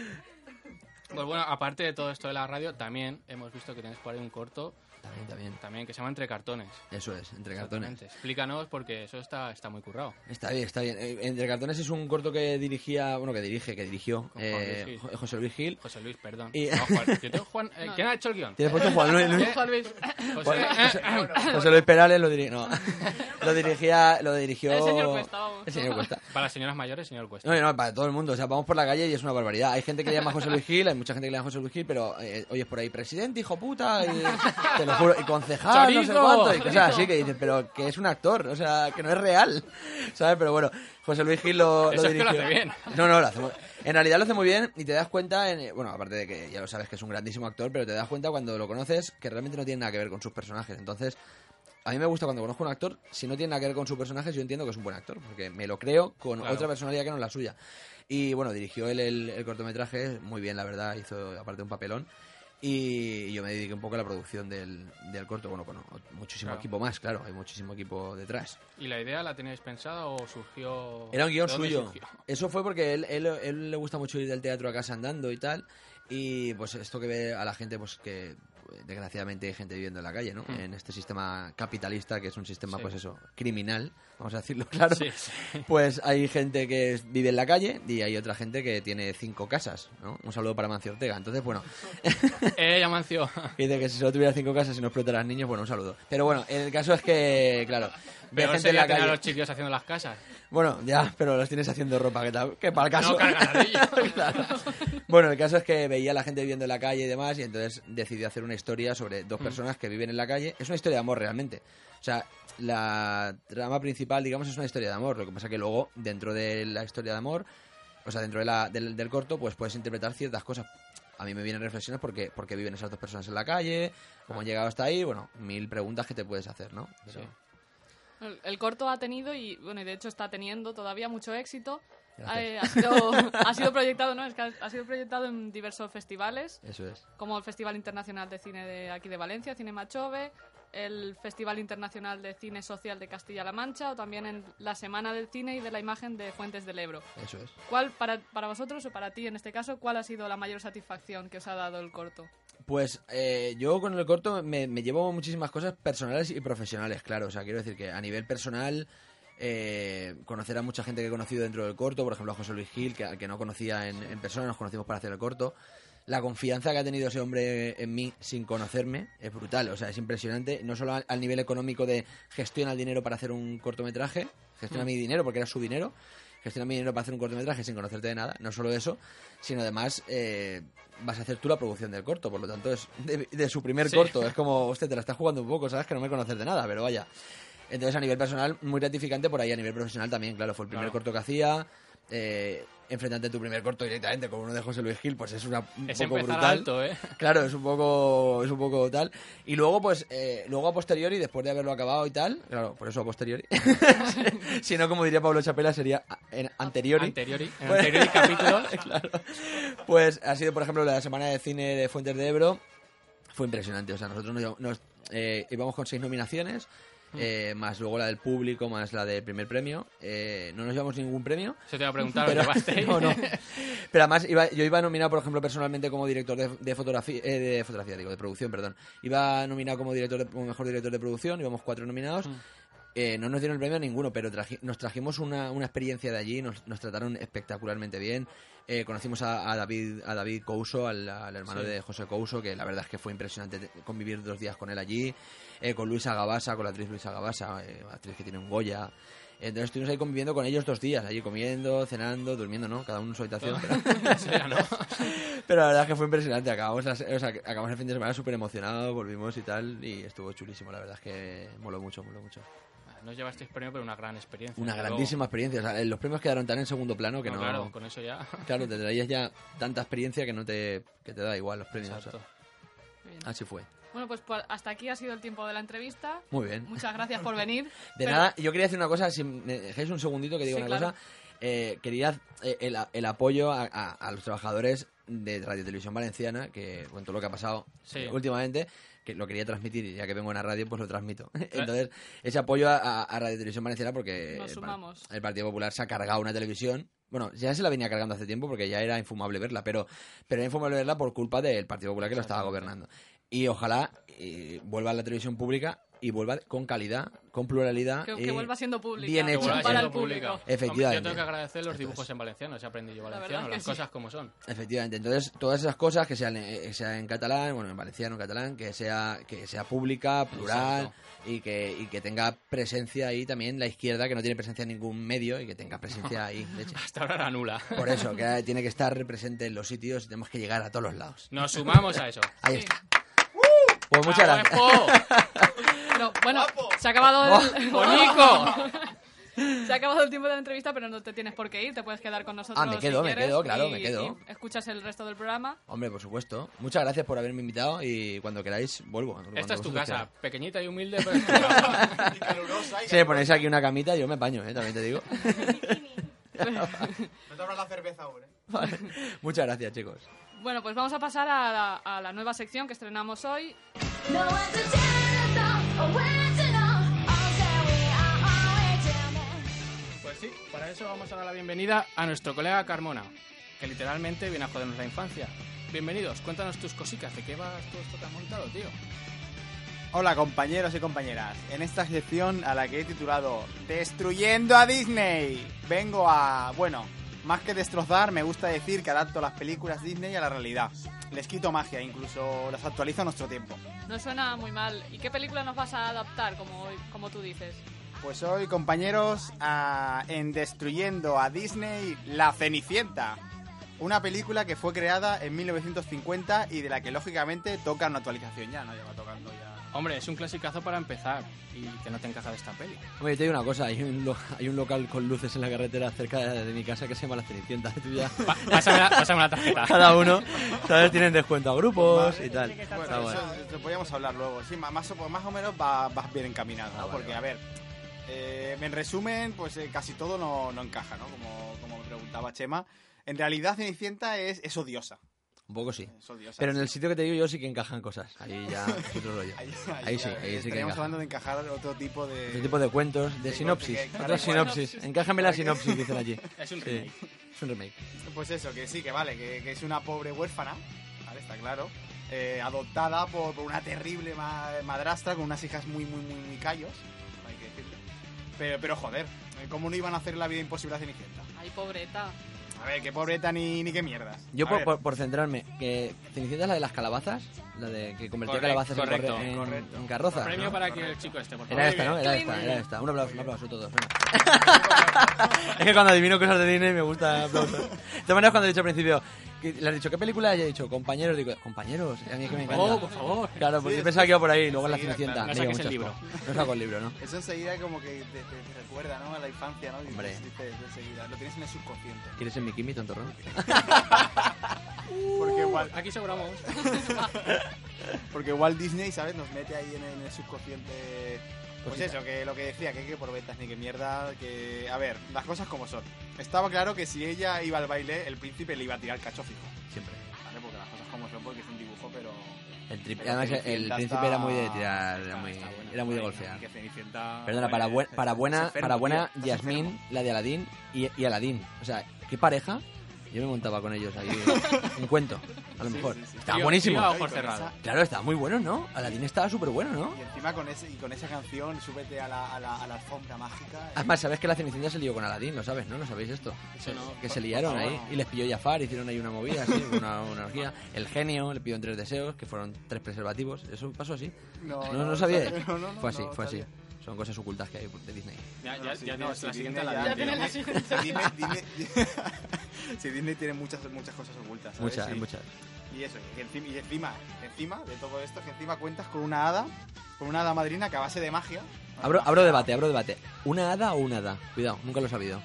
B: Pues bueno, aparte de todo esto de la radio, también hemos visto que tenéis por ahí un corto
F: También, también.
B: también que se llama Entre Cartones.
F: Eso es, entre cartones.
B: Exactamente. Explícanos porque eso está, está muy currado.
F: Está bien, está bien. Eh, Entre cartones es un corto que dirigía, bueno, que dirige, que dirigió
B: Con Juan Luis
F: eh,
B: Gil.
F: Jo- José Luis Gil.
B: José Luis, perdón.
F: Y-
B: No, Juan, yo tengo Juan- eh, ¿Quién ha hecho el guión?
F: Tienes puesto Juan Luis. Luis?
C: Juan Luis,
B: José,
F: Juan- José,
B: eh,
F: José Luis Perales lo dirigió. No, lo dirigía, lo dirigió.
C: El señor Cuesta, vamos.
F: El señor Cuesta.
B: para las señoras mayores, señor Cuesta.
F: No, no, para todo el mundo. O sea, vamos por la calle y es una barbaridad. Hay gente que le llama José Luis Gil, hay mucha gente que le llama José Luis Gil, pero eh, oyes por ahí presidente, hijo puta, y te lo juro, y concejal, no sé
B: Chorizo.
F: cuánto, y cosas así que dices, pero que es un actor, o sea, que no es real, ¿sabes? Pero bueno, José Luis Gil lo,
B: Eso es que lo
F: dirigió.
B: hace bien.
F: No, no, lo hace muy- En realidad lo hace muy bien y te das cuenta, en- bueno, aparte de que ya lo sabes que es un grandísimo actor, pero te das cuenta cuando lo conoces que realmente no tiene nada que ver con sus personajes. Entonces, a mí me gusta cuando conozco a un actor, si no tiene nada que ver con su personaje, yo entiendo que es un buen actor, porque me lo creo con
B: Claro.
F: otra personalidad que no es la suya. Y bueno, dirigió él el, el cortometraje, muy bien, la verdad, hizo aparte un papelón. Y yo me dediqué un poco a la producción del, del corto, bueno, con o- muchísimo
B: Claro.
F: equipo más, claro, hay muchísimo equipo detrás.
B: ¿Y la idea la teníais pensada o surgió...?
F: Era un guión
B: ¿de dónde
F: suyo.
B: surgió?
F: Eso fue porque él, él, él le gusta mucho ir del teatro a casa andando y tal. Y pues esto que ve a la gente, pues que desgraciadamente hay gente viviendo en la calle, ¿no?
B: Mm.
F: En este sistema capitalista, que es un sistema,
B: Sí.
F: pues eso, criminal, vamos a decirlo claro.
B: Sí, sí.
F: Pues hay gente que es- vive en la calle y hay otra gente que tiene cinco casas, ¿no? Un saludo para Mancio Ortega. Entonces, bueno,
B: Eh, Amancio.
F: que dice que si solo tuviera cinco casas y no explotaras niños, bueno, un saludo. Pero bueno, el caso es
H: Eh,
F: que, claro, ve
B: Peor
F: gente en la
B: sería tener a
F: calle.
B: los chiquillos haciendo las casas.
F: Bueno, ya, pero los tienes haciendo ropa, que, tal- que para el caso.
B: No cargan a ellos.
F: Claro. Bueno, el caso es que veía a la gente viviendo en la calle y demás, y entonces decidí hacer una historia sobre
B: Mm.
F: dos personas que viven en la calle. Es una historia de amor realmente. O sea, la trama principal, digamos, es una historia de amor. Lo que pasa que luego, dentro de la historia de amor, o sea, dentro de la- del, del corto, pues puedes interpretar ciertas cosas. A mí me vienen reflexiones porque, porque viven esas dos personas en la calle, cómo han llegado hasta ahí, bueno, mil preguntas que te puedes hacer, ¿no? Pero-
B: Sí.
C: El, el corto ha tenido y, bueno, y de hecho está teniendo todavía mucho éxito.
F: Gracias.
C: Eh, ha, sido, ha sido proyectado, ¿no? Es que ha, ha sido proyectado en diversos festivales,
F: Eso es.
C: como el Festival Internacional de Cine de aquí de Valencia, Cine Machove, el Festival Internacional de Cine Social de Castilla-La Mancha o también en la Semana del Cine y de la Imagen de Fuentes del Ebro.
F: Eso es.
C: ¿Cuál, para, para vosotros o para ti en este caso, cuál ha sido la mayor satisfacción que os ha dado el corto?
F: Pues eh, yo con el corto me, me llevo muchísimas cosas personales y profesionales, claro. O sea, quiero decir que a nivel personal, eh, conocer a mucha gente que he conocido dentro del corto, por ejemplo a José Luis Gil, que, al que no conocía en, en persona, nos conocimos para hacer el corto. La confianza que ha tenido ese hombre en mí sin conocerme es brutal, o sea, es impresionante. No solo al, al nivel económico de gestiona el dinero para hacer un cortometraje, gestiona mi dinero porque era su dinero, gestiona mi dinero para hacer un cortometraje sin conocerte de nada, no solo eso, sino además eh, vas a hacer tú la producción del corto, por lo tanto es de, de su primer
B: Sí.
F: corto, es como, hostia, te la estás jugando un poco, sabes que no me conoces de nada, pero vaya. Entonces, a nivel personal, muy gratificante por ahí, a nivel profesional también, claro, fue el primer
B: Claro.
F: corto que hacía. Eh, enfrentarte a tu primer corto directamente con uno de José Luis Gil, pues es una, un
B: Es
F: poco
B: empezar
F: brutal.
B: alto, ¿eh?
F: Claro, es un poco, es un poco tal. Y luego, pues, eh, luego a posteriori, después de haberlo acabado y tal, claro, por eso a posteriori. si no, como diría Pablo Chapela, sería a- en anteriori.
B: Anteriori. En
F: Pues-
B: anteriori capítulo.
F: Claro. Pues ha sido, por ejemplo, la semana de cine de Fuentes de Ebro. Fue impresionante. O sea, nosotros nos, nos, eh, íbamos con seis nominaciones,
B: Mm.
F: eh, más luego la del público, más la del primer premio. Eh, no nos llevamos ningún premio.
B: Se te va a preguntar, ¿lo llevaste?
F: no, no. Pero además iba- yo iba nominado, por ejemplo, personalmente como director de, de fotografía, eh, de fotografía, digo, de producción, perdón. Iba nominado como director de- como mejor director de producción, íbamos cuatro nominados. Eh, no nos dieron el premio a ninguno, pero traji- nos trajimos una, una experiencia de allí, nos, nos trataron espectacularmente bien. Eh, conocimos a, a David a David Couso, al, al hermano
B: Sí.
F: de José Couso, que la verdad es que fue impresionante te- convivir dos días con él allí, eh, con Luisa Gabasa, con la actriz Luisa Gabasa, eh, actriz que tiene un Goya. Entonces estuvimos ahí conviviendo con ellos dos días, allí comiendo, cenando, durmiendo, ¿no? Cada uno en su habitación. Pero,
B: Sí, ya no.
F: pero la verdad es que fue impresionante. Acabamos, las- o sea, acabamos el fin de semana súper emocionados, volvimos y tal, y estuvo chulísimo. La verdad es que moló mucho, moló mucho.
B: No llevasteis premio, pero una gran experiencia.
F: Una
B: desde
F: grandísima experiencia. O sea, eh, los premios quedaron tan en segundo plano
B: luego.
F: que no.
B: No, Claro, con eso ya.
F: Claro, te traías ya tanta experiencia que no te, que te da igual los premios. o sea,
B: Exacto.
C: Bien.
F: así fue.
C: Bueno, pues por- hasta aquí ha sido el tiempo de la entrevista.
F: Muy bien.
C: Muchas gracias por venir.
F: De
C: Pero-
F: nada, yo quería decir una cosa, si me dejáis un segundito que diga
C: Sí,
F: una
C: claro.
F: cosa. Eh, quería eh, el, el apoyo a, a- a los trabajadores de Radio Televisión Valenciana, que con todo lo que ha pasado
B: Sí.
F: eh, últimamente, que lo quería transmitir y ya que vengo a la radio, pues lo transmito. Entonces, ese apoyo a, a- a Radio Televisión Valenciana
C: Nos
F: porque eh, el par-
C: sumamos.
F: el Partido Popular se ha cargado una televisión. Bueno, ya se la venía cargando hace tiempo porque ya era infumable verla, pero, pero era infumable verla por culpa del Partido Popular que lo estaba gobernando. Y ojalá eh, vuelva a la televisión pública y vuelva con calidad, con pluralidad.
C: Que,
F: y
C: que vuelva siendo pública.
F: bien
C: que
F: hecho.
C: vuelva
F: hecha.
C: Para el
B: Siendo pública.
C: público.
F: Efectivamente.
B: Hombre, yo tengo que agradecer los
F: Esto
B: dibujos
F: es.
B: en valenciano. Se ha aprendido
C: verdad
B: valenciano,
C: que
B: las
C: sí.
B: cosas como son.
F: Efectivamente, entonces todas esas cosas que sean, eh, que sea en catalán, bueno, en valenciano, en catalán, que sea, que sea pública, plural y que, y que tenga presencia ahí también la izquierda, que no tiene presencia en ningún medio y que tenga presencia ahí. leche.
B: Hasta ahora era nula.
F: Por eso, que tiene que estar presente en los sitios y tenemos que llegar a todos los lados.
B: Nos sumamos a eso.
F: Ahí
C: Sí.
F: está.
B: ¡Uh!
F: Pues muchas
B: ¡Bravo,
F: gracias.
B: Expo!
C: Pero, bueno, se ha acabado el...
B: ¡Bonico!
C: Se ha acabado el tiempo de la entrevista, pero no te tienes por qué ir, te puedes quedar con nosotros.
F: Ah, me quedo,
C: si
F: me
C: quieres,
F: quedo, claro,
C: y-
F: me quedo.
C: y escuchas el resto del programa.
F: Hombre, por supuesto. Muchas gracias por haberme invitado y cuando queráis vuelvo. cuando
B: Esta es tu
F: vosotros
B: casa.
F: queráis.
B: Pequeñita y humilde, pero es tu casa.
G: Y calurosa y
F: Si me ponéis aquí una camita, yo me baño, ¿eh? también te digo.
G: No te abras la cerveza ahora, ¿eh?
F: Vale. Muchas gracias, chicos.
C: Bueno, pues vamos a pasar a la, a la nueva sección que estrenamos hoy.
D: No one's a chance, or when to know. All that we are always dreaming.
B: Pues sí, para eso vamos a dar la bienvenida a nuestro colega Carmona, que literalmente viene a jodernos la infancia. Bienvenidos, cuéntanos tus cositas, ¿de qué vas todo esto que has montado, tío?
H: Hola compañeros y compañeras, en esta sección a la que he titulado Destruyendo a Disney, vengo a, bueno, más que destrozar, me gusta decir que adapto las películas Disney a la realidad. Les quito magia, incluso las actualizo a nuestro tiempo.
C: No suena muy mal. ¿Y qué película nos vas a adaptar, como, hoy- como tú dices?
H: Pues hoy compañeros, a- en Destruyendo a Disney, La Cenicienta. Una película que fue creada en 1950 y de la que lógicamente toca una actualización ya, ¿no? Ya va tocando ya.
B: Hombre, es un clasicazo para empezar y que no te encaja de esta peli.
F: Hombre, te digo una cosa, hay un, lo- hay un local con luces en la carretera cerca de, de mi casa que se llama La Cenicienta. Tú ya-
B: Pa- pásame, la, pásame la tarjeta.
F: Cada uno, ¿sabes? Tienen descuento a grupos y tal. Está
H: Bueno,
F: bueno.
H: eso lo podíamos hablar luego. Sí, más, más o, más o menos va- vas bien encaminado,
F: Ah,
H: ¿no? Porque, a ver, eh, en resumen, pues eh, casi todo no, no encaja, ¿no? Como, como me preguntaba Chema. En realidad, Cenicienta es, es odiosa.
F: Un poco sí.
H: Es odiosa.
F: Pero en el sitio que te digo yo sí que encajan cosas. Ahí ya es otro rollo.
H: Ahí,
F: ahí sí, ahí sí que
H: Estaríamos
F: encaja.
H: hablando de encajar otro tipo de...
F: Otro tipo de cuentos, de
H: Sí,
F: sinopsis.
H: porque-
F: Otra sinopsis. Encájame la sinopsis, dicen allí.
B: Es un
F: Sí.
B: remake.
F: Es un remake.
H: Pues eso, que sí, que vale, que, que es una pobre huérfana, ¿vale? Está claro. eh, adoptada por, por una terrible ma- madrastra con unas hijas muy, muy, muy, muy callos, hay que decirlo. Pero, pero joder, eh, ¿cómo no iban a hacer la vida imposible a Cenicienta?
C: Ay, pobreta.
H: A ver, Eh, qué pobreta ni, ni qué mierdas.
F: Yo
H: A
F: por,
H: ver,
F: por, por centrarme, que Cenicienta es la de las calabazas, la de que convertía
B: Correcto,
F: calabazas en
B: correcto,
F: corre- en,
H: correcto.
F: en carroza.
B: Premio
F: ¿no?
B: para que el chico este, por favor.
F: Era esta, ¿no? Era
C: Clean.
F: esta, era esta. Un aplauso, un aplauso a todos. es que cuando adivino cosas de Disney me gusta aplausos. De todas maneras, cuando he dicho al principio, que- le has dicho, ¿qué película? Y he dicho, compañeros. Digo, compañeros, a mí es que me encanta.
B: Oh, por favor.
F: Claro, porque
H: Sí,
F: yo pensaba que iba por ahí y luego la
H: enseguida,
F: Cenicienta. Me
H: claro.
B: No
F: dio
B: saques el
F: mucho asco.
B: libro.
F: No saco el libro, ¿no?
H: Eso enseguida como que te, te- te recuerda, ¿no? A la infancia, ¿no? Dices-
F: Hombre.
H: dices enseguida, lo tienes en el subconsciente.
F: ¿Quieres ser mi Kimi, tontorrón?
H: Porque igual...
B: Uh, Aquí sobramos.
H: Porque Walt Disney, ¿sabes? Nos mete ahí en el, en el subconsciente. Pues
F: Cositas.
H: eso, que lo que decía, que, que por betas ni que mierda, que... A ver, las cosas como son. Estaba claro que si ella iba al baile, el príncipe le iba a tirar cacho fijo.
F: Siempre.
H: ¿Vale? Porque las cosas como son, porque es un dibujo, pero...
F: El tri-
H: pero
F: Además,
H: Cenicienta
F: el
H: está-
F: príncipe era muy de tirar, era
H: está-
F: muy,
H: está buena,
F: era muy de
H: está
F: golfear.
H: buena, que Cenicienta-
F: Perdona, para,
H: Bueno,
F: buen- para
H: estás
F: buena,
H: eh, enfermo,
F: para
H: tío,
F: buena
H: estás
F: Yasmín,
H: enfermo.
F: la de Aladín y, y Aladín. O sea, qué pareja. Yo me montaba con ellos ahí un cuento, a lo
H: Sí,
F: mejor.
H: sí, sí.
F: Estaba
B: Tío,
F: buenísimo.
B: tío, a
H: Y con
B: ojos cerrados.
H: esa-
F: Claro, estaba muy bueno, ¿no? Aladín estaba súper bueno, ¿no?
H: Y encima con, ese, y con esa canción, súbete a la, a la, a la alfombra mágica. eh.
F: Además, sabes que la Cenicienta se lió con Aladín, ¿lo sabes, no? ¿No sabéis esto?
B: Eso no.
F: Que se liaron
H: favor.
F: ahí y les pilló Jafar, hicieron ahí una movida, así, una, una orgía. El genio le pidió tres deseos, que fueron tres preservativos. Eso pasó así.
H: No,
F: No,
H: no,
F: no,
H: no
F: sabía.
H: sabía. No, no, no,
F: fue así,
H: no
F: fue
H: sabía.
F: así. Son cosas ocultas que hay de Disney.
B: Ya, ya,
H: No, sí,
B: ya
H: no,
B: tienes
H: sí,
B: la siguiente a
H: Disney
B: la
H: ya-
B: de, tío.
C: tienes la siguiente.
H: Disney- Disney- Disney- sí, Disney tiene muchas, muchas cosas ocultas. ¿sabes?
F: Muchas,
H: Sí.
F: muchas.
H: Y eso, y encima, y encima, encima de todo esto, que encima cuentas con una hada, con una hada madrina que a base de magia.
F: Abro, abro debate, abro debate. ¿Una hada o un hada? Cuidado, nunca lo he sabido.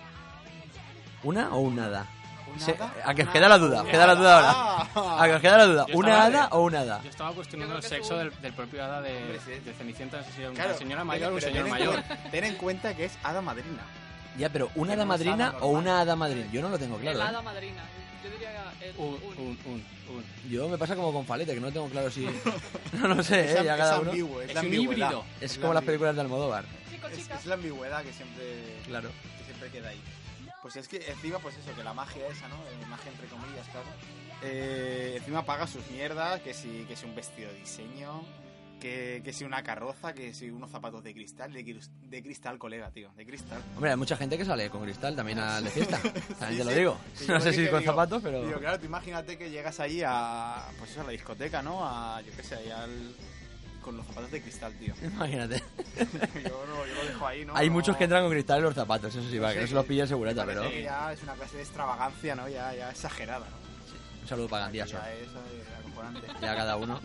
F: ¿Una o un hada?
H: Una
F: Se-
H: hada,
F: a que os
H: una
F: queda la duda,
H: hada.
F: queda la duda ahora.
H: Ah.
F: A que os queda la duda.
B: Yo
F: ¿Una
B: estaba-
F: hada o un hada?
B: Yo estaba cuestionando
C: Yo
B: el
C: creo que
B: sexo
C: tú-
B: del, del propio hada de,
H: Hombre, sí.
B: de Cenicienta, no sé si era una
H: Claro,
B: señora
H: ten-
B: mayor o un
H: pero
B: señor
H: ten en
B: mayor.
H: cu- Ten en cuenta que es hada madrina.
F: Ya, pero ¿una
H: Que
F: hada
H: no es hada
F: madrina o
H: normal.
F: una hada madrina? Yo no lo tengo
C: El
F: claro.
C: hada
F: ¿eh?
C: madrina. Yo diría el
F: Uh,
B: Un,
C: un.
B: un, un, un.
F: Yo me pasa como con Falete, que no lo tengo claro si... No lo sé,
H: es,
F: ¿eh? Ya
H: am-
F: cada
H: es
F: uno...
H: ambiguo, es,
B: Es
H: la
B: un
H: ambigüedad.
B: híbrido.
F: Es
H: la
F: como las
H: ambigüedad.
F: películas de Almodóvar.
C: Chicos,
H: Es,
C: chicas.
H: es la ambigüedad que siempre,
F: Claro.
H: que siempre queda ahí. Pues es que encima, pues eso, que la magia esa, ¿no? Eh, magia entre comillas, claro. Eh, encima paga sus mierdas, que si, que si un vestido de diseño, que, que si una carroza, que si unos zapatos de cristal, de, crus- de cristal, colega, tío, de cristal.
F: Hombre, hay mucha gente que sale con cristal también a de fiesta. También te lo
H: sí.
F: digo.
H: Sí,
F: No
H: yo
F: sé
H: sí
F: si
H: que
F: con
H: digo-
F: zapatos, pero...
H: Digo, claro, tú imagínate que llegas allí a, pues eso, a la discoteca, ¿no? A, yo qué sé, ahí al... Con los zapatos de cristal, tío.
F: Imagínate.
H: Yo, no- yo lo dejo ahí, ¿no?
F: Hay
H: No-
F: muchos que entran con cristal en los zapatos, eso sí, va, que
H: sé,
F: no se los pilla
H: me
F: segurata,
H: parece
F: pero...
H: que ya es una clase de extravagancia, ¿no? Ya, ya exagerada, ¿no?
F: Un saludo para
H: Ya
F: Gandía Sor.
H: es eh, acojonante.
F: Ya cada uno.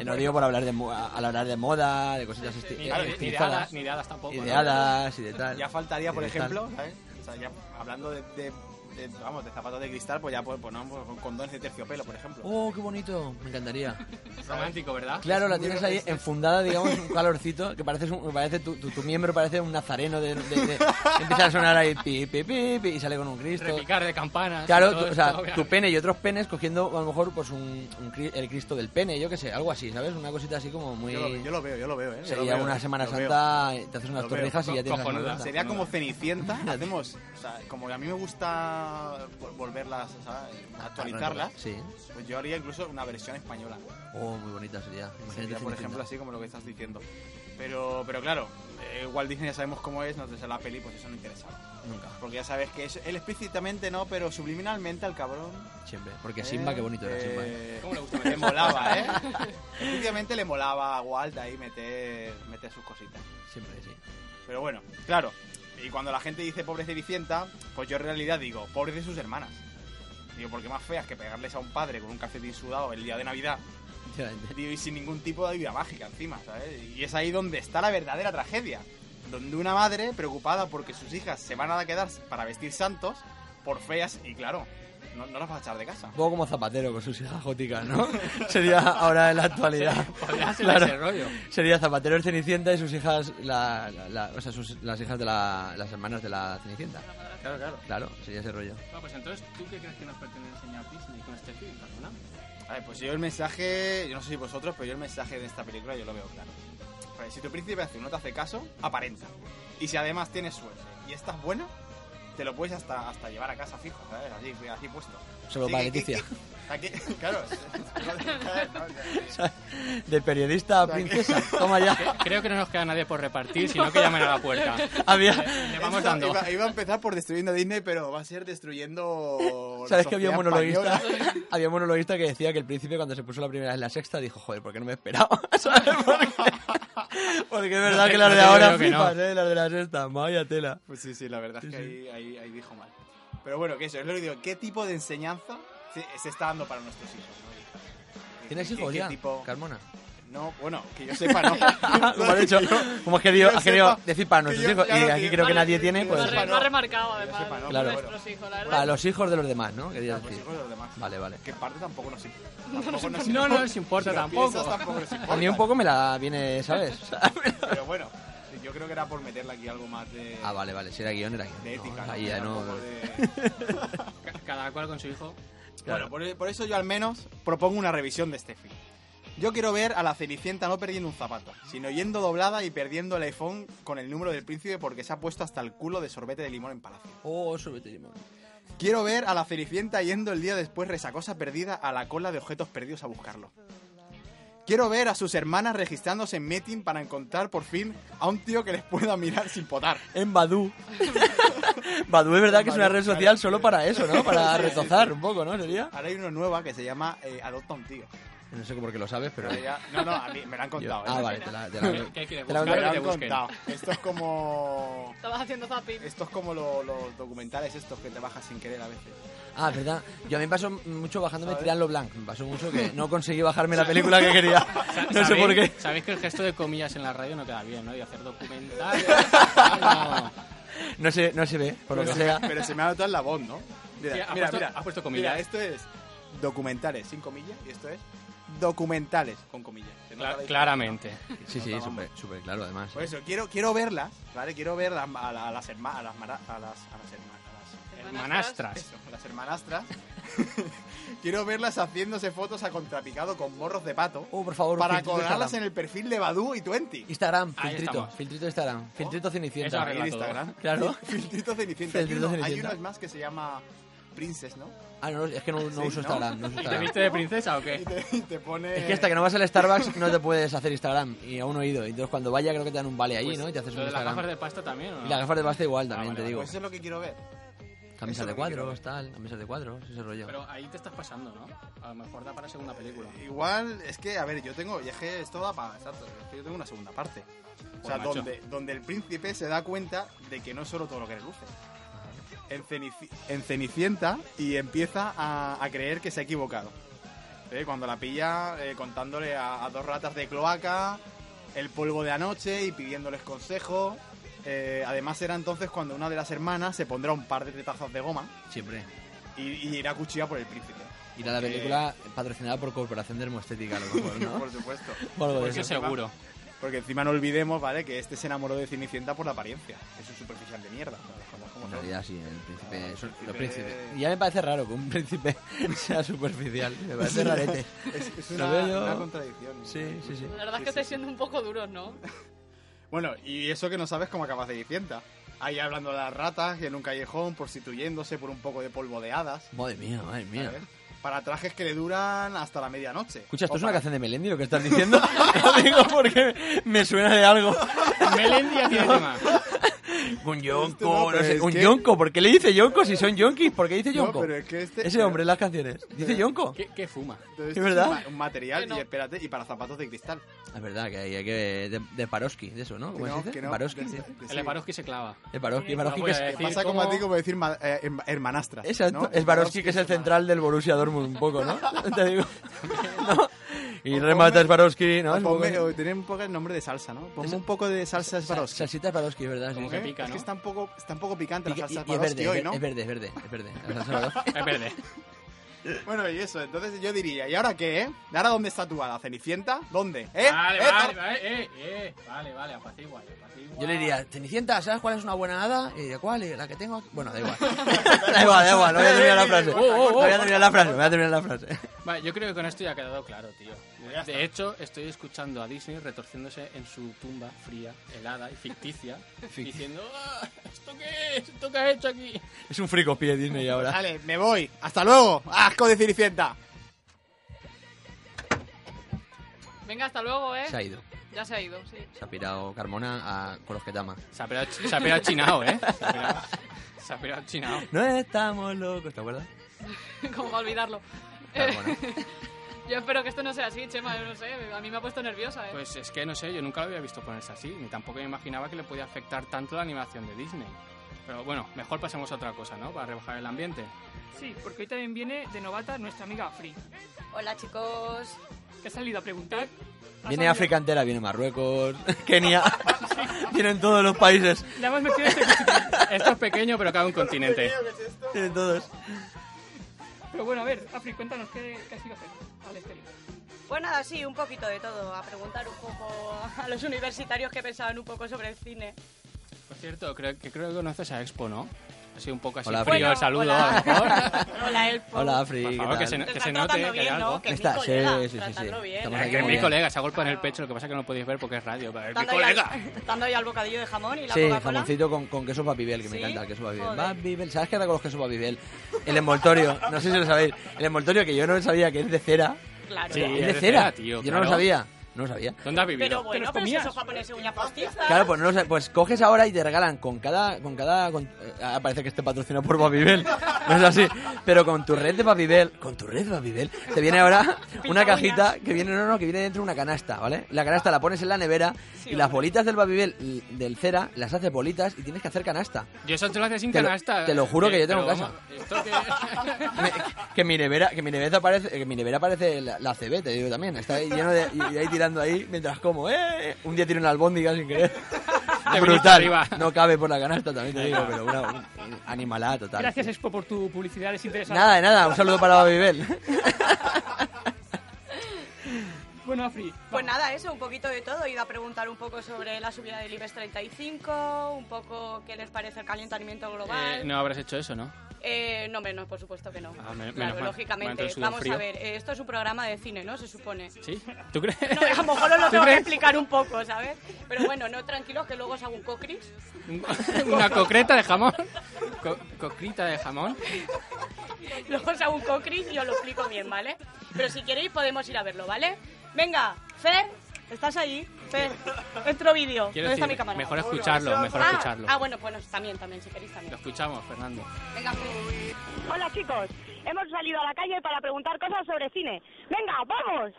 F: Y no digo por hablar de, mo- al hablar de moda, de cositas esti-
B: Ni,
F: eh,
H: Claro,
B: ni- ni de
F: estilizadas,
B: hadas, ni de hadas tampoco.
F: y de
B: ¿no?
F: hadas y de tal.
H: Ya faltaría, por
F: De cristal.
H: ejemplo, ¿sabes? O sea, ya hablando de, de- de, vamos, de zapatos de cristal, pues ya pues, ponemos condones de terciopelo, por ejemplo.
F: Oh, qué bonito, me encantaría.
B: Romántico, ¿verdad?
F: Claro, la tienes ahí enfundada, digamos, un calorcito, que pareces un- parece tu, tu- tu miembro parece un nazareno de, de- de- empieza a sonar ahí pi, pi, pi, pi, y sale con un Cristo.
B: Repicar de campanas.
F: Claro,
B: todo
F: tú- o sea,
B: esto, mira.
F: tu pene y otros penes cogiendo a lo mejor pues un, un cri- el Cristo del pene, yo qué sé, algo así, ¿sabes? Una cosita así como muy
H: Yo lo, yo lo veo, yo lo veo, ¿eh? Yo lo
F: sería
H: veo,
F: una Semana
H: lo veo.
F: Santa, te haces unas
H: Lo veo.
F: torrijas y ya tienes la
B: Cojonuda.
F: Semana Santa.
H: Sería como Cenicienta, hacemos, o sea, como que a mí me gusta gusta vol- volverlas, o sea,
F: Ah,
H: actualizarlas,
F: Sí.
H: pues yo haría incluso una versión española.
F: Oh, muy bonita sería. Imagínate
H: Sería,
F: si
H: por
F: lo
H: ejemplo,
F: hicieran.
H: así como lo que estás diciendo. Pero, pero claro, eh, Walt Disney ya sabemos cómo es, nos desea la peli, pues eso no interesaba.
F: Nunca,
H: Porque ya sabes que es, él explícitamente no, pero subliminalmente al cabrón.
F: siempre. Porque
H: eh,
F: Simba, qué bonito era Simba. ¿eh?
H: eh, Le molaba, ¿eh? Efectivamente le molaba a Walt ahí meter, meter sus cositas.
F: Siempre, sí.
H: Pero bueno, claro. Y cuando la gente dice pobre Cenicienta, pues yo en realidad digo, pobre de sus hermanas. Digo, porque más feas que pegarles a un padre con un calcetín sudado el día de Navidad,
F: Sinceramente.
H: digo, y sin ningún tipo de vida mágica encima, ¿sabes? Y es ahí donde está la verdadera tragedia. Donde una madre, preocupada porque sus hijas se van a quedar para vestir santos, por feas, y claro, no, no las vas a echar de casa.
F: Un poco como Zapatero con sus hijas góticas, ¿no? sería ahora en la actualidad.
B: Podría ser
F: Claro.
B: ese rollo.
F: Sería Zapatero el Cenicienta y sus hijas, la, la- la- o sea, sus- las hijas de la, las hermanas de la Cenicienta.
H: Claro, claro.
F: Claro, sería ese rollo.
B: Bueno, pues entonces, ¿tú qué crees que nos pretende enseñar Disney con este film, Carmona?
H: A ver, pues yo el mensaje, yo no sé si vosotros, pero yo el mensaje de esta película yo lo veo claro. A ver, si tu príncipe azul no te hace caso, aparenta. Y si además tienes suerte y estás buena, te lo puedes hasta, hasta llevar a casa fijo, ¿sabes? Así, así puesto.
F: Solo
H: Sí,
F: para
H: que- que-
F: Leticia.
H: que- aquí- claro.
F: De periodista a princesa. Toma ya.
B: Creo que no nos queda nadie por repartir, sino que llamen a la puerta.
F: Había...
B: Le vamos dando.
H: Iba, iba a empezar por destruyendo Disney, pero va a ser destruyendo.
F: ¿Sabes que había un
H: sociedad
F: monologuista?
H: española.
F: Había un monologuista que decía que el príncipe cuando se puso la primera vez la sexta dijo, joder, ¿por qué no me esperaba? ¿Sabes por qué? Porque es verdad
B: No te-
F: que las
B: no
F: de
B: te
F: ahora
B: creo que no.
F: flipas, ¿eh? Las de la sexta, vaya tela.
H: Pues sí, sí, la verdad es
F: Sí,
H: que
F: sí.
H: ahí, ahí, ahí dijo mal. Pero bueno, que eso, es lo que digo, ¿qué tipo de enseñanza se, se está dando para nuestros hijos? ¿no?
F: ¿Tienes
H: ¿Qué-
F: hijos
H: qué
F: ya,
H: tipo?
F: Carmona?
H: No, bueno, que yo sepa, no.
F: Como has dicho, como has querido, has querido decir para nuestros hijos, y aquí creo que nadie tiene,
C: Lo,
F: pues
C: ha re-
H: sepa,
C: lo ha
H: no.
C: remarcado,
H: Que yo
C: además.
H: sepa, no,
F: Claro.
H: pero
C: Nuestros hijos, la
F: para
C: verdad.
F: los hijos de los demás, ¿no? Quería
H: Para los
F: decir.
H: hijos de los demás.
F: Vale, vale.
H: Que en parte tampoco nos importa. Tampoco nos
B: No
H: importa.
B: nos importa
H: Si lo
B: tampoco.
H: piensas, tampoco nos
F: A mí un
H: importa.
F: poco me la viene, ¿sabes?
H: Pero bueno, yo creo que era por meterle aquí algo más de,
F: Ah, vale, vale, si era guión era guión.
H: de
F: No,
H: ética. ¿no?
F: ahí ya
H: Era un
F: no.
H: poco de-
B: Ca- Cada cual con su hijo.
F: Claro.
H: Bueno, por, por eso yo al menos propongo una revisión de este film. Yo quiero ver a la Cenicienta no perdiendo un zapato, sino yendo doblada y perdiendo el iPhone con el número del príncipe porque se ha puesto hasta el culo de sorbete de limón en palacio.
F: Oh, súbete, Limón.
H: Quiero ver a la Cenicienta yendo el día después resacosa perdida a la cola de objetos perdidos a buscarlo. Quiero ver a sus hermanas registrándose en Meeting para encontrar por fin a un tío que les pueda mirar sin potar.
F: En Badu. Badu es verdad que es una
H: Badoo,
F: red
H: claro.
F: social solo para eso, ¿no? Para retozar un poco, ¿no? Sería.
H: Ahora hay una nueva que se llama eh, Adopta un tío.
F: No sé por qué lo sabes, pero.
H: Pero ya- No, no, a mí me la han
F: Yo-
H: contado. ¿eh?
F: Ah, vale, te la. Te la...
B: ¿Qué hay que
F: Te la-
H: Me la
B: buscar?
H: han
B: Que te busquen.
H: contado. Esto es como...
C: Estabas haciendo zapping.
H: Esto es como lo- los documentales estos que te bajas sin querer a veces.
F: Ah, es verdad. Yo a mí me pasó mucho bajándome
H: ¿Sabes?
F: Tirando Blanc. Me pasó mucho que no conseguí bajarme la película que quería. No sé
B: ¿Sabéis-
F: por qué.
B: Sabéis que el gesto de comillas en la radio no queda bien, ¿no? Y hacer documentales. Ah, no.
F: No se, no se ve, por lo que
H: Pero,
F: sea.
H: pero se me ha notado la voz, ¿no? Mira,
B: Sí, ha
H: mira,
B: puesto-
H: mira,
B: ha puesto comillas.
H: Mira, esto es documentales sin comillas y esto es documentales con comillas. Se nota la
B: Cla-
H: diferencia.
B: claramente.
F: Sí, sí, súper súper claro, además.
H: Por eso, quiero, quiero verlas, ¿vale? Quiero ver a, a la- a las hermanas, a las, mara- a las, a las hermanas. a las-
B: Manastras.
H: eso, a las hermanastras. Quiero verlas haciéndose fotos a contrapicado con morros de pato
F: Oh, por favor,
H: para
F: filtrito
H: colarlas en
F: Instagram.
H: el perfil de Badu y Twenty.
F: Instagram,
B: Ahí
F: filtrito,
B: estamos. Oh,
F: filtrito Instagram, filtrito
B: Eso
F: Cenicienta.
B: arregla
H: En
B: todo.
H: Instagram.
F: Claro.
H: Filtrito Cenicienta. Hay
F: Filtrito
H: uno, hay
F: Cenicienta.
H: uno más que se llama Princess, ¿no?
F: Ah, no, es que no, no
H: Sí,
F: uso
H: ¿no?
F: Instagram, no uso
B: ¿Te
F: Instagram.
B: viste de princesa o qué?
H: Y te, y te pone...
F: Es que hasta que no vas al Starbucks no te puedes hacer Instagram y aún no he ido. Entonces cuando vaya creo que te dan un vale ahí,
B: Pues,
F: ¿no? Y te haces un
B: lo de las
F: Instagram.
B: gafas de pasta también, ¿o no?
F: Y las gafas de pasta igual
B: Ah,
F: también,
B: vale,
F: te
B: vale.
F: digo.
H: Pues
B: pues
H: eso es lo que quiero ver. eso
F: Camisas
H: es
F: de
H: lo que quiero
F: cuadros,
H: ver.
F: tal, camisas de cuadros, ese rollo.
B: Pero ahí te estás pasando, ¿no? A lo mejor da para segunda película.
H: Eh, Igual, es que, a ver, yo tengo... Y es que esto da para... Exacto, es que yo tengo una segunda parte. O sea,
B: Joder, Pues macho.
H: donde, donde el príncipe se da cuenta de que no es solo todo lo que le luce. En, Cenici- en Cenicienta y empieza a, a creer que se ha equivocado. ¿Eh? Cuando la pilla eh, contándole a, a dos ratas de cloaca el polvo de anoche y pidiéndoles consejo. Eh, además era entonces cuando una de las hermanas se pondrá un par de tetazos de goma
F: Siempre.
H: y, y irá cuchilla por el príncipe.
F: Ir a la
H: Eh,
F: película patrocinada por Corporación Dermoestética, a lo mejor, ¿no?
H: Pues Por supuesto.
F: O algo de
B: Eso
F: eso.
B: seguro.
H: Porque encima no olvidemos, ¿vale? Que este se enamoró de Cenicienta por la apariencia. Es un superficial de mierda. ¿no? Las cosas como
F: En
H: son.
F: realidad sí, el príncipe,
H: Ah,
F: son-
H: el
F: los
H: príncipe-
F: príncipes. Ya me parece raro que un príncipe sea superficial, me parece rarete.
H: Es, es
F: Lo
H: una,
F: veo yo.
H: una contradicción.
F: Sí, sí, sí.
C: La verdad es que
H: Sí, sí,
C: estáis siendo un poco duros, ¿no?
H: Bueno, y eso que no sabes cómo acabas de Cenicienta. Ahí hablando de las ratas en un callejón, prostituyéndose por un poco de polvo de hadas.
F: Madre mía, madre mía.
H: ¿sabes? Para trajes que le duran hasta la medianoche.
F: Escucha, ¿esto
H: O
F: es una
H: para-
F: canción de Melendi lo que estás diciendo? Lo digo porque me suena de algo.
B: Melendi hacía el tema.
F: Un
H: Este no,
F: yonko, no
H: pero
F: sé,
H: es
F: un
H: que-
F: yonko. ¿Por qué le dice yonko si son yonkis? ¿Por qué dice
H: No,
F: yonko?
H: pero es que este-
F: Ese hombre en las canciones. ¿Dice yonko?
B: ¿Qué, qué fuma?
F: ¿Es
H: Entonces, esto
F: verdad?
H: un ma- Un material,
C: Que no.
H: y espérate, y para zapatos de cristal.
F: Es verdad que hay, hay que... De, de Paroski, de eso, ¿no? ¿Cómo
H: Que
F: se
H: no,
F: dice?
H: que no,
F: Paroski.
H: de-
F: sí.
H: de-
B: El
H: sí.
B: Eparovsky se clava.
F: De Paroski,
B: No
F: Paroski
B: voy
F: que
B: a
F: es...
B: decir
H: Pasa como
B: cómo-
H: a ti como decir ma- eh, herma- hermanastra.
F: Exacto,
H: ¿no?
F: es Barovsky, que es el central del Borussia Dortmund, un poco, ¿no? Te digo. ¿No? Y
H: O
F: remata
H: ponme-
F: Swarovski, ¿no?
H: No,
F: Es un poco-
H: ponme, pues, o tener un poco el nombre de salsa, ¿no? Ponme un poco de salsa Swarovski.
F: Salsita Swarovski, es verdad. sí.
B: Como
H: ¿eh?
B: que pica,
H: Es
B: ¿no?
H: que está un poco, está un poco picante
F: Y-
H: la
F: y-
H: salsa
F: y es
H: Swarovski
F: verde,
H: hoy,
F: es
H: ¿no?
F: ver- es verde, es verde, es verde. La salsa Swarovski.
B: Es verde.
H: Bueno, y eso, entonces yo diría, ¿y ahora qué, eh? ¿Y ahora dónde está tu ala? ¿Cenicienta? ¿Dónde? ¿Eh?
B: Vale,
H: ¿Eh?
B: vale, vale, eh, eh, vale, vale, apacigua, apacigua.
F: Yo le diría, Cenicienta, ¿sabes cuál es una buena hada? Y diría, ¿cuál? Y La que tengo aquí. Bueno, da igual. da igual, da igual, no voy a terminar la frase.
H: Eh, eh, eh,
F: No voy a terminar la frase, no voy a terminar la frase.
B: Oh, Vale, yo creo que con esto ya ha quedado claro, tío. De hecho, estoy escuchando a Disney retorciéndose en su tumba fría, helada y ficticia, diciendo, "Ah, ¿esto qué es? ¿Esto qué ha hecho aquí?
F: Es un frico pie Disney ahora.
H: Vale, me voy. ¡Hasta luego! ¡Asco de Cenicienta!
C: Venga, hasta luego, ¿eh?
F: Se ha ido.
C: Ya se ha ido, sí.
F: Se ha pirado Carmona a, con los que tama.
B: Se ha pirado, se ha pirado chinao, ¿eh? Se ha pirado, se ha pirado chinao.
F: No estamos locos, ¿te acuerdas?
C: Como va a olvidarlo.
F: Carmona.
C: Yo espero que esto no sea así, Chema, yo no sé. A mí me ha puesto nerviosa, ¿eh?
B: Pues es que no sé, yo nunca lo había visto ponerse así, ni tampoco me imaginaba que le podía afectar tanto la animación de Disney. Pero bueno, mejor pasemos a otra cosa, ¿no? Para rebajar el ambiente.
A: Sí, porque hoy también viene de novata nuestra amiga Free,
I: Hola chicos.
A: que ha salido a preguntar. ha
F: Viene
A: salido-
F: África entera, viene Marruecos, Kenia. Tienen todos los países.
A: La hemos metido en este cuchitril.
B: Esto es pequeño, pero cabe un continente.
F: Tienen todos.
A: Pero bueno, a ver, Afri, cuéntanos qué, qué has ido a hacer al exterior.
I: Pues nada, sí, un poquito de todo. A preguntar un poco a los universitarios que pensaban un poco sobre el cine.
B: Por cierto, creo que creo que conoces a Expo, ¿no? Así un poco así
F: Hola,
B: frío,
F: Fri.
B: el saludo
I: hola.
B: a lo mejor.
I: Hola, Elfo.
F: Hola, Afri.
B: Por
F: ¿qué
B: favor, que
F: tal?
B: se,
I: Te
B: que se
I: están
B: note
I: tratando
B: que hay
I: bien,
B: algo.
I: ¿no? Que es
F: Está,
I: mi
F: sí,
I: colega.
F: sí, sí, sí.
I: Tratando bien.
F: Estamos
B: Ay,
F: aquí
B: que es mi
F: bien.
B: colega, se ha golpeado en el pecho, lo que pasa es que no lo podéis ver porque es radio. pero es mi
I: Dando ahí
B: colega.
I: al- dando ahí al bocadillo de jamón y la
F: Sí,
I: Coca-Cola.
F: jamoncito con, con queso papibel, que me
I: ¿Sí?
F: encanta el queso papibel.
I: Joder.
F: Papibel, ¿sabes qué hago con los quesos papibel? El envoltorio, no sé si lo sabéis. El envoltorio que yo no sabía que es de cera.
I: Claro.
B: Sí,
F: es
B: es
F: de
B: de
F: cera,
B: cera, tío,
F: Yo no lo
B: claro.
F: sabía, no lo sabía.
B: ¿Dónde has
I: Pero bueno,
B: vivido?
A: los
I: pero si
A: comías?
I: esos japoneses uña postiza.
F: Claro, pues no lo sabía. Pues coges ahora y te regalan con cada... Con cada con- eh, ah, parece que esté patrocinado por papibel, no es así. Pero con tu red de papibel, con tu red de papibel, te viene ahora una cajita que viene, no, no, que viene dentro de una canasta, ¿vale? La canasta la pones en la nevera y las bolitas del papibel, del cera, las haces bolitas y tienes que hacer canasta.
B: Yo eso te lo hacía sin
F: Te lo-
B: canasta.
F: te lo juro que yo tengo
B: pero
F: en casa.
B: vamos, Esto que...
F: Me- que mi nevera que mi nevera parece que mi nevera parece la, la CB te digo también está ahí lleno de y, y ahí tirando ahí mientras como eh un día tiro una albóndiga sin querer
B: viniste arriba.
F: brutal no cabe por la canasta también te digo pero una un- un animalada total
A: Gracias, Expo, por tu publicidad, es interesante.
F: nada de nada un saludo para Babibel
A: Bueno, Afri,
I: Pues nada, eso, un poquito de todo. He ido a preguntar un poco sobre la subida del E IBEX 35, un poco qué les parece el calentamiento global.
B: Eh, no habrás hecho eso, ¿no?
I: Eh, no, menos, por supuesto que no.
B: Ah, me- menos
I: claro,
B: mal. Momento
I: lógicamente.
B: del sudor
I: Vamos
B: frío.
I: a ver, eh, esto es un programa de cine, ¿no? Se supone.
B: ¿Sí? ¿Tú crees?
I: No, a lo mejor os lo
B: ¿Tú
I: tengo que
B: crees?
I: explicar un poco, ¿sabes? Pero bueno, no, tranquilos, que luego os hago un cocris.
B: Una concreta de jamón. Co- cocrita de jamón.
I: Luego os hago un cocris y os lo explico bien, ¿vale? Pero si queréis podemos ir a verlo, ¿vale? Venga, Fer, ¿estás ahí? Fer, otro vídeo. ¿Dónde
B: Quiero
I: está
B: decir,
I: mi cámara?
B: mejor escucharlo, mejor
I: ah,
B: escucharlo.
I: Ah, bueno, bueno, también, también, si queréis
B: Lo
I: también.
B: escuchamos, Fernando.
I: Venga, Fer.
J: Hola chicos, hemos salido a la calle para preguntar cosas sobre cine. Venga, vamos.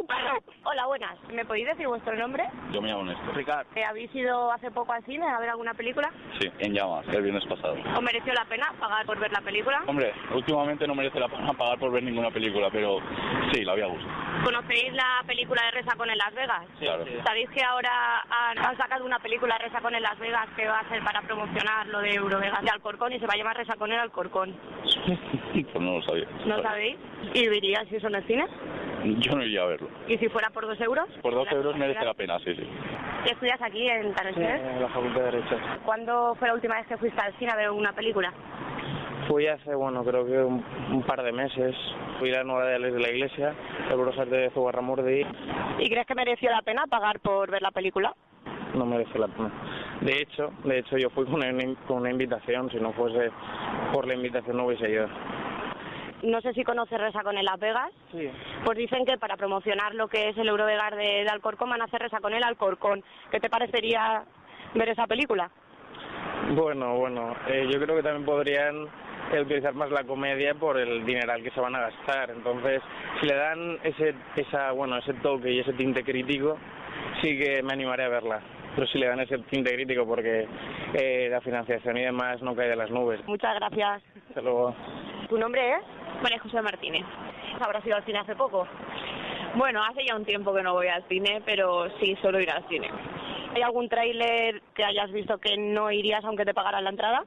J: ¡Uh, perro! Hola, buenas. ¿Me podéis decir vuestro nombre?
K: Yo me llamo Néstor. Ricardo.
J: Eh, ¿Habéis ido hace poco al cine a ver alguna película?
K: Sí, en llamas, el viernes pasado.
J: ¿Os mereció la pena pagar por ver la película?
K: Hombre, últimamente no merece la pena pagar por ver ninguna película, pero sí, la había gustado.
J: ¿Conocéis la película de Reza con en Las Vegas?
K: claro.
J: ¿Sabéis que ahora han, han sacado una película Reza con en Las Vegas que va a ser para promocionar lo de Eurovegas de Alcorcón y se va a llamar Reza con el Alcorcón?
K: pues no lo sabía.
J: ¿No sabéis? ¿Y dirías si son el cine?
K: Yo no iría a verlo.
J: ¿Y si fuera por dos euros?
K: Por 12 euros merece la pena, sí, sí.
J: ¿Qué estudias aquí en Tarascena?
K: la Facultad de Derecho.
J: ¿Cuándo fue la última vez que fuiste al cine a ver una película?
K: Fui hace, bueno, creo que un, un par de meses. Fui a la nueva de la iglesia, el profesor de Zugarramurdi.
J: ¿Y crees que mereció la pena pagar por ver la película?
K: No merece la pena. De hecho, de hecho yo fui con una, con una invitación, si no fuese por la invitación no hubiese ido.
J: No sé si conoces Resacón en Las Vegas.
K: Sí.
J: Pues dicen que para promocionar lo que es el Eurovegar de, de Alcorcón van a hacer Resacón en Alcorcón. ¿Qué te parecería ver esa película?
K: Bueno, bueno, eh, yo creo que también podrían eh, utilizar más la comedia por el dineral que se van a gastar. Entonces, si le dan ese, esa, bueno, ese toque y ese tinte crítico, sí que me animaré a verla. Pero si le dan ese tinte crítico porque eh, la financiación y demás no cae de las nubes.
J: Muchas gracias.
K: Hasta luego.
J: ¿Tu nombre es? María José Martínez. ¿Habrás ido al cine hace poco? Bueno, hace ya un tiempo que no voy al cine, pero sí suelo ir al cine. ¿Hay algún tráiler que hayas visto que no irías aunque te pagaran la entrada?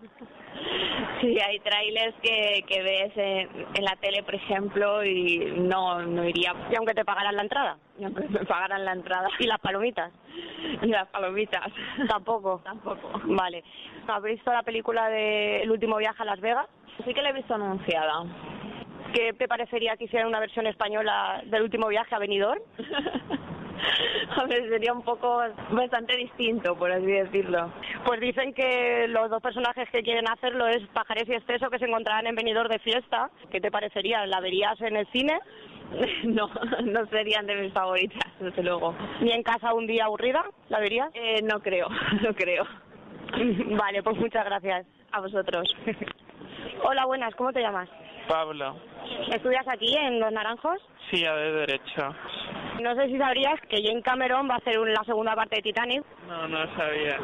L: Sí, hay trailers que, que ves en, en la tele, por ejemplo, y no, no iría.
J: ¿Y aunque te pagaran la entrada?
L: Y aunque me pagaran la entrada.
J: ¿Y las palomitas?
L: Y las palomitas.
J: Tampoco.
L: Tampoco.
J: Vale. ¿Has visto la película de El último viaje a Las Vegas?
L: Sí que la he visto anunciada.
J: ¿Qué te parecería que hicieran una versión española del último viaje a Benidorm?
L: A ver, sería un poco bastante distinto, por así decirlo.
J: Pues dicen que los dos personajes que quieren hacerlo es Pajares y Esteso, que se encontrarán en venidor de fiesta. ¿Qué te parecería? ¿La verías en el cine?
L: No, no serían de mis favoritas, desde luego.
J: ¿Ni en casa un día aburrida? ¿La verías?
L: Eh, no creo, no creo.
J: Vale, pues muchas gracias.
L: A vosotros.
J: Hola, buenas, ¿cómo te llamas?
M: Pablo,
J: ¿Estudias aquí en Los Naranjos?
M: sí, a de derecho.
J: No sé si sabrías que Jane Cameron va a hacer un- la segunda parte de Titanic.
M: No, no sabía.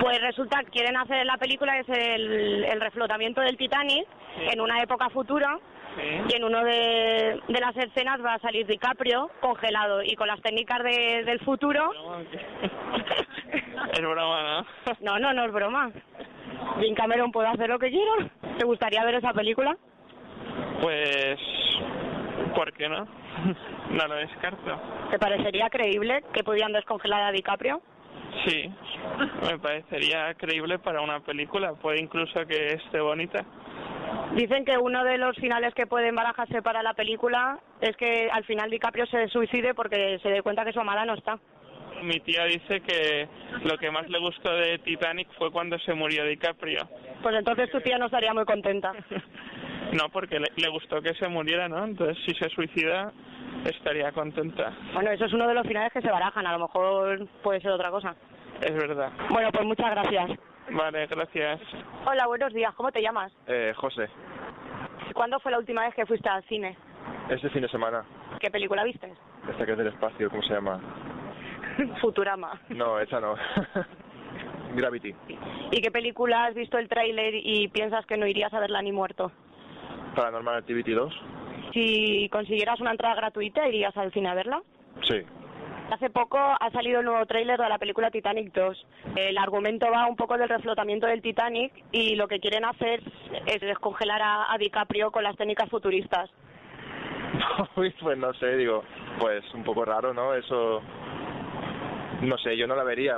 J: Pues resulta que quieren hacer la película, es el, el reflotamiento del Titanic en una época futura. Y en uno de, de las escenas va a salir DiCaprio congelado y con las técnicas de- del futuro.
M: Es broma, ¿no?
J: No, no, no es broma. Jim Cameron puede hacer lo que quiera. ¿Te gustaría ver esa película?
M: Pues... ¿Por qué no? No lo descarto.
J: ¿Te parecería creíble que pudieran descongelar a DiCaprio?
M: Sí, me parecería creíble para una película. Puede incluso que esté bonita.
J: Dicen que uno de los finales que pueden barajarse para la película es que al final DiCaprio se suicide porque se dé cuenta que su amada no está.
M: Mi tía dice que lo que más le gustó de Titanic fue cuando se murió DiCaprio.
J: Pues entonces tu tía no estaría muy contenta.
M: No, porque le, le gustó que se muriera, ¿no? Entonces, si se suicida, estaría contenta.
J: Bueno, eso es uno de los finales que se barajan, a lo mejor puede ser otra cosa.
M: Es verdad.
J: Bueno, pues muchas gracias.
M: Vale, gracias.
J: Hola, buenos días, ¿cómo te llamas?
N: Eh, José,
J: ¿Cuándo fue la última vez que fuiste al cine?
N: este fin de semana,
J: ¿Qué película viste?
N: esta que es del espacio, ¿cómo se llama?
J: Futurama.
N: No, esa no. Gravity.
J: ¿Y qué película has visto el tráiler y piensas que no irías a verla ni muerto?
N: Paranormal Activity 2.
J: Si consiguieras una entrada gratuita, ¿irías al cine a verla?
N: Sí.
J: Hace poco ha salido el nuevo tráiler de la película Titanic 2. El argumento va un poco del reflotamiento del Titanic y lo que quieren hacer es descongelar a, a DiCaprio con las técnicas futuristas.
N: Uy, pues no sé, digo, pues un poco raro, ¿no? Eso. No sé, yo no la vería.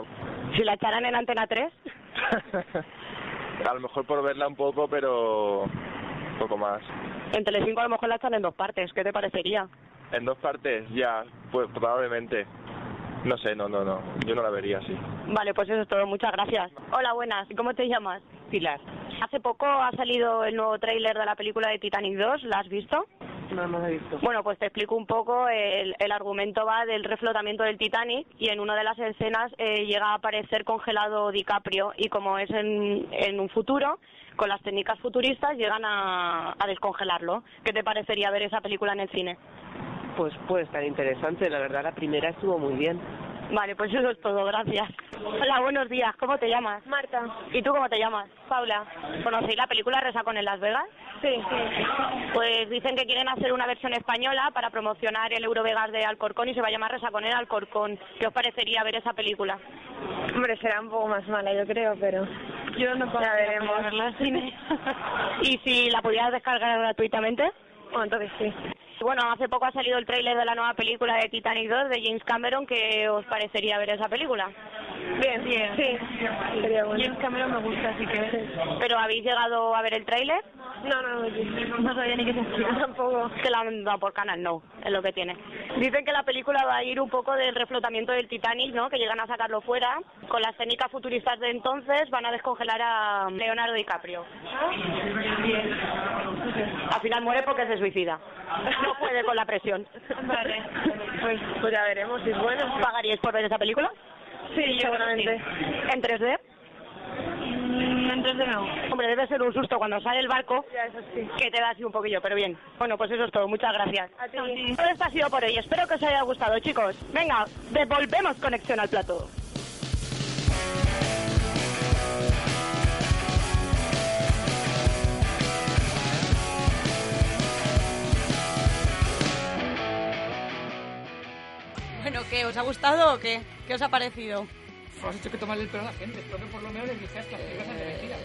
J: Si la echaran en Antena 3,
N: A lo mejor por verla un poco, pero. Un poco más.
J: en Telecinco a lo mejor la echan en dos partes. ¿Qué te parecería?
N: En dos partes, ya, pues probablemente. No sé, no, no, no. Yo no la vería así.
J: Vale, pues eso es todo. Muchas gracias. Hola, buenas. ¿Cómo te llamas? Pilar. Hace poco ha salido el nuevo tráiler de la película de Titanic 2. ¿La has visto?
O: No, no lo he visto.
J: Bueno, pues te explico un poco. El, el argumento va del reflotamiento del Titanic y en una de las escenas eh, llega a aparecer congelado DiCaprio y como es en, en un futuro, con las técnicas futuristas llegan a, a descongelarlo. ¿Qué te parecería ver esa película en el cine?
O: Pues puede estar interesante, la verdad la primera estuvo muy bien.
J: Vale, pues eso es todo, gracias. Hola, buenos días, ¿cómo te llamas? Marta. ¿Y tú cómo te llamas? Paula. ¿Conocéis la película Resacón en Las Vegas? Sí. Pues dicen que quieren hacer una versión española para promocionar el Eurovegas de Alcorcón y se va a llamar Resacón en Alcorcón. ¿Qué os parecería ver esa película?
L: Hombre, será un poco más mala, yo creo, pero... Yo no puedo veremos.
J: ¿Y si la pudieras descargar gratuitamente?
L: Bueno, entonces sí.
J: Bueno, hace poco ha salido el tráiler de la nueva película de Titanic 2 de James Cameron. ¿Qué os parecería ver esa película?
L: Bien, bien. Sí, sería bueno. James Cameron me gusta, así que...
J: ¿Pero habéis llegado a ver el tráiler? No, no, no, no sabía ni que se hacía tampoco. Que la han dado por canal, no, es lo que tiene. Dicen que la película va a ir un poco del reflotamiento del Titanic, ¿no? Que llegan a sacarlo fuera. Con las técnicas futuristas de entonces van a descongelar a Leonardo DiCaprio. Al final muere porque se suicida. No puede con la presión. Vale. Pues, ya veremos si es bueno. ¿Pagaríais por ver esa película? Sí, seguramente. ¿En 3D? Mm, En 3D no. Hombre, debe ser un susto cuando sale el barco. Que te da así un poquillo, pero bien. Bueno, pues eso es todo. Muchas gracias. Todo esto ha sido por hoy. Espero que os haya gustado, chicos. Venga, devolvemos conexión al plato.
I: Bueno, ¿qué? ¿Os ha gustado o qué? ¿Qué os ha parecido?
A: Pues Has hecho que tomarle el pelo a la gente. Creo que por lo menos les dijeras que las películas eran divertidas.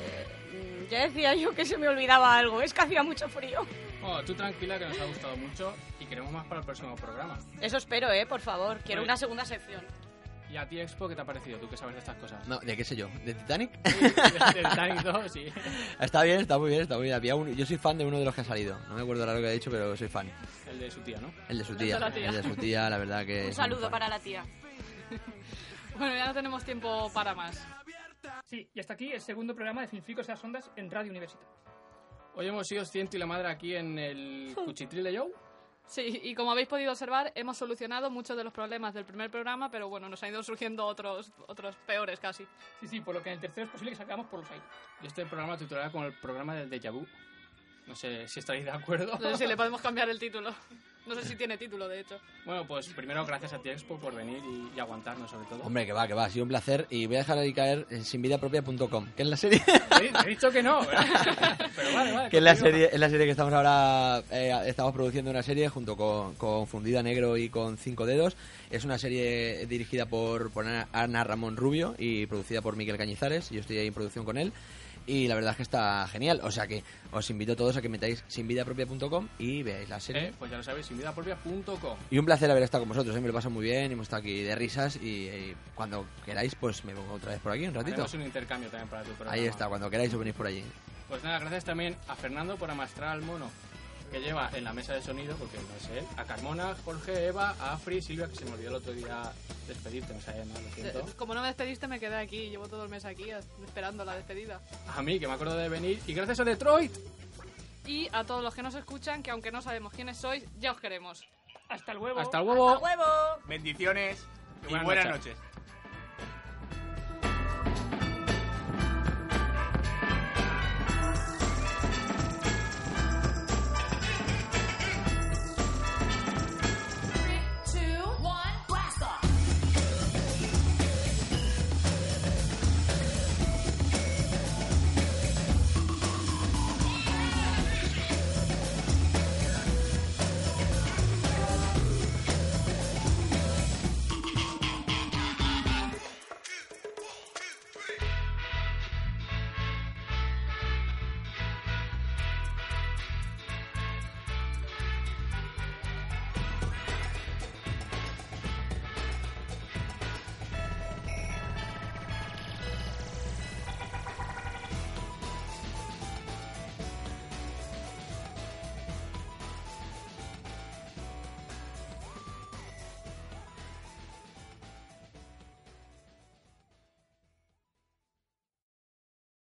I: Mm, Ya decía yo que se me olvidaba algo. Es que hacía mucho frío.
B: Oh, tú tranquila que nos ha gustado mucho y queremos más para el próximo programa.
I: Eso espero, ¿eh? Por favor. Quiero
A: Pues
B: Vale.
I: una segunda sección.
B: ¿Y a ti, Expo, qué te ha parecido? ¿Tú que sabes de estas cosas?
F: No, ¿de qué sé yo? ¿De Titanic?
B: De Titanic 2, sí.
F: está bien, está muy bien, está muy bien. Había un- yo soy fan de uno de los que ha salido. No me acuerdo ahora lo que ha dicho, pero soy fan.
B: El de su tía, ¿no?
F: El de su
B: El
F: tía.
B: de la tía.
F: El de su tía, la verdad que...
I: Un
F: soy
I: saludo
F: fan.
I: para la tía.
A: Bueno, ya no tenemos tiempo para más. Sí, y hasta aquí el segundo programa de Finficos y las Ondas en Radio Universidad.
B: Hoy hemos sido ciento y la madre aquí en el cuchitril de Joe.
C: Sí, y como habéis podido observar, hemos solucionado muchos de los problemas del primer programa, pero bueno, nos han ido surgiendo otros, otros peores casi.
A: Sí, sí, por lo que en el tercero es posible que salgamos por los aires.
B: Y este programa tutorial con el programa del déjà vu. No sé si estaréis de acuerdo.
C: No sé si le podemos cambiar el título. No sé si tiene título, de hecho.
B: Bueno, pues primero gracias a ti, Expo, por venir y, y aguantarnos, sobre todo.
F: Hombre, que va, que va. Ha sido un placer y voy a dejar ahí caer en sinvidapropia.com, que es la serie...
B: Sí, te he dicho que no, ¿verdad? Pero vale, vale.
F: que es la
B: continúa.
F: serie, es la serie que estamos ahora eh, estamos produciendo una serie junto con, con Fundida Negro y con Cinco Dedos. Es una serie dirigida por, por Ana- Ana Ramón Rubio y producida por Miquel Cañizares. Yo estoy ahí en producción con él. Y la verdad es que está genial. O sea que os invito a todos a que metáis sinvidapropia.com y veáis la serie.
B: Eh, pues ya lo sabéis, sinvidapropia.com.
F: Y un placer haber estado con vosotros, ¿eh? me lo paso muy bien, hemos estado aquí de risas y, eh, cuando queráis pues me pongo otra vez por aquí un ratito.
B: Haremos un intercambio también para tu programa.
F: Ahí está, cuando queráis os venís por allí.
B: Pues nada, gracias también a Fernando por amastrar al mono que lleva en la mesa de sonido, porque no sé, a Carmona, Jorge, Eva, a Afri, Silvia, que se me olvidó el otro día despedirte, no sabía nada, lo
F: Eh,
B: siento.
C: Eh, Como no me despediste, me quedé aquí. Llevo todo el mes aquí as- esperando la despedida.
B: A mí, que me acuerdo de venir, y gracias a Detroit.
C: Y a todos los que nos escuchan, que aunque no sabemos quiénes sois, ya os queremos.
A: Hasta luego.
B: Hasta luego.
C: huevo.
H: Bendiciones y buenas, noches.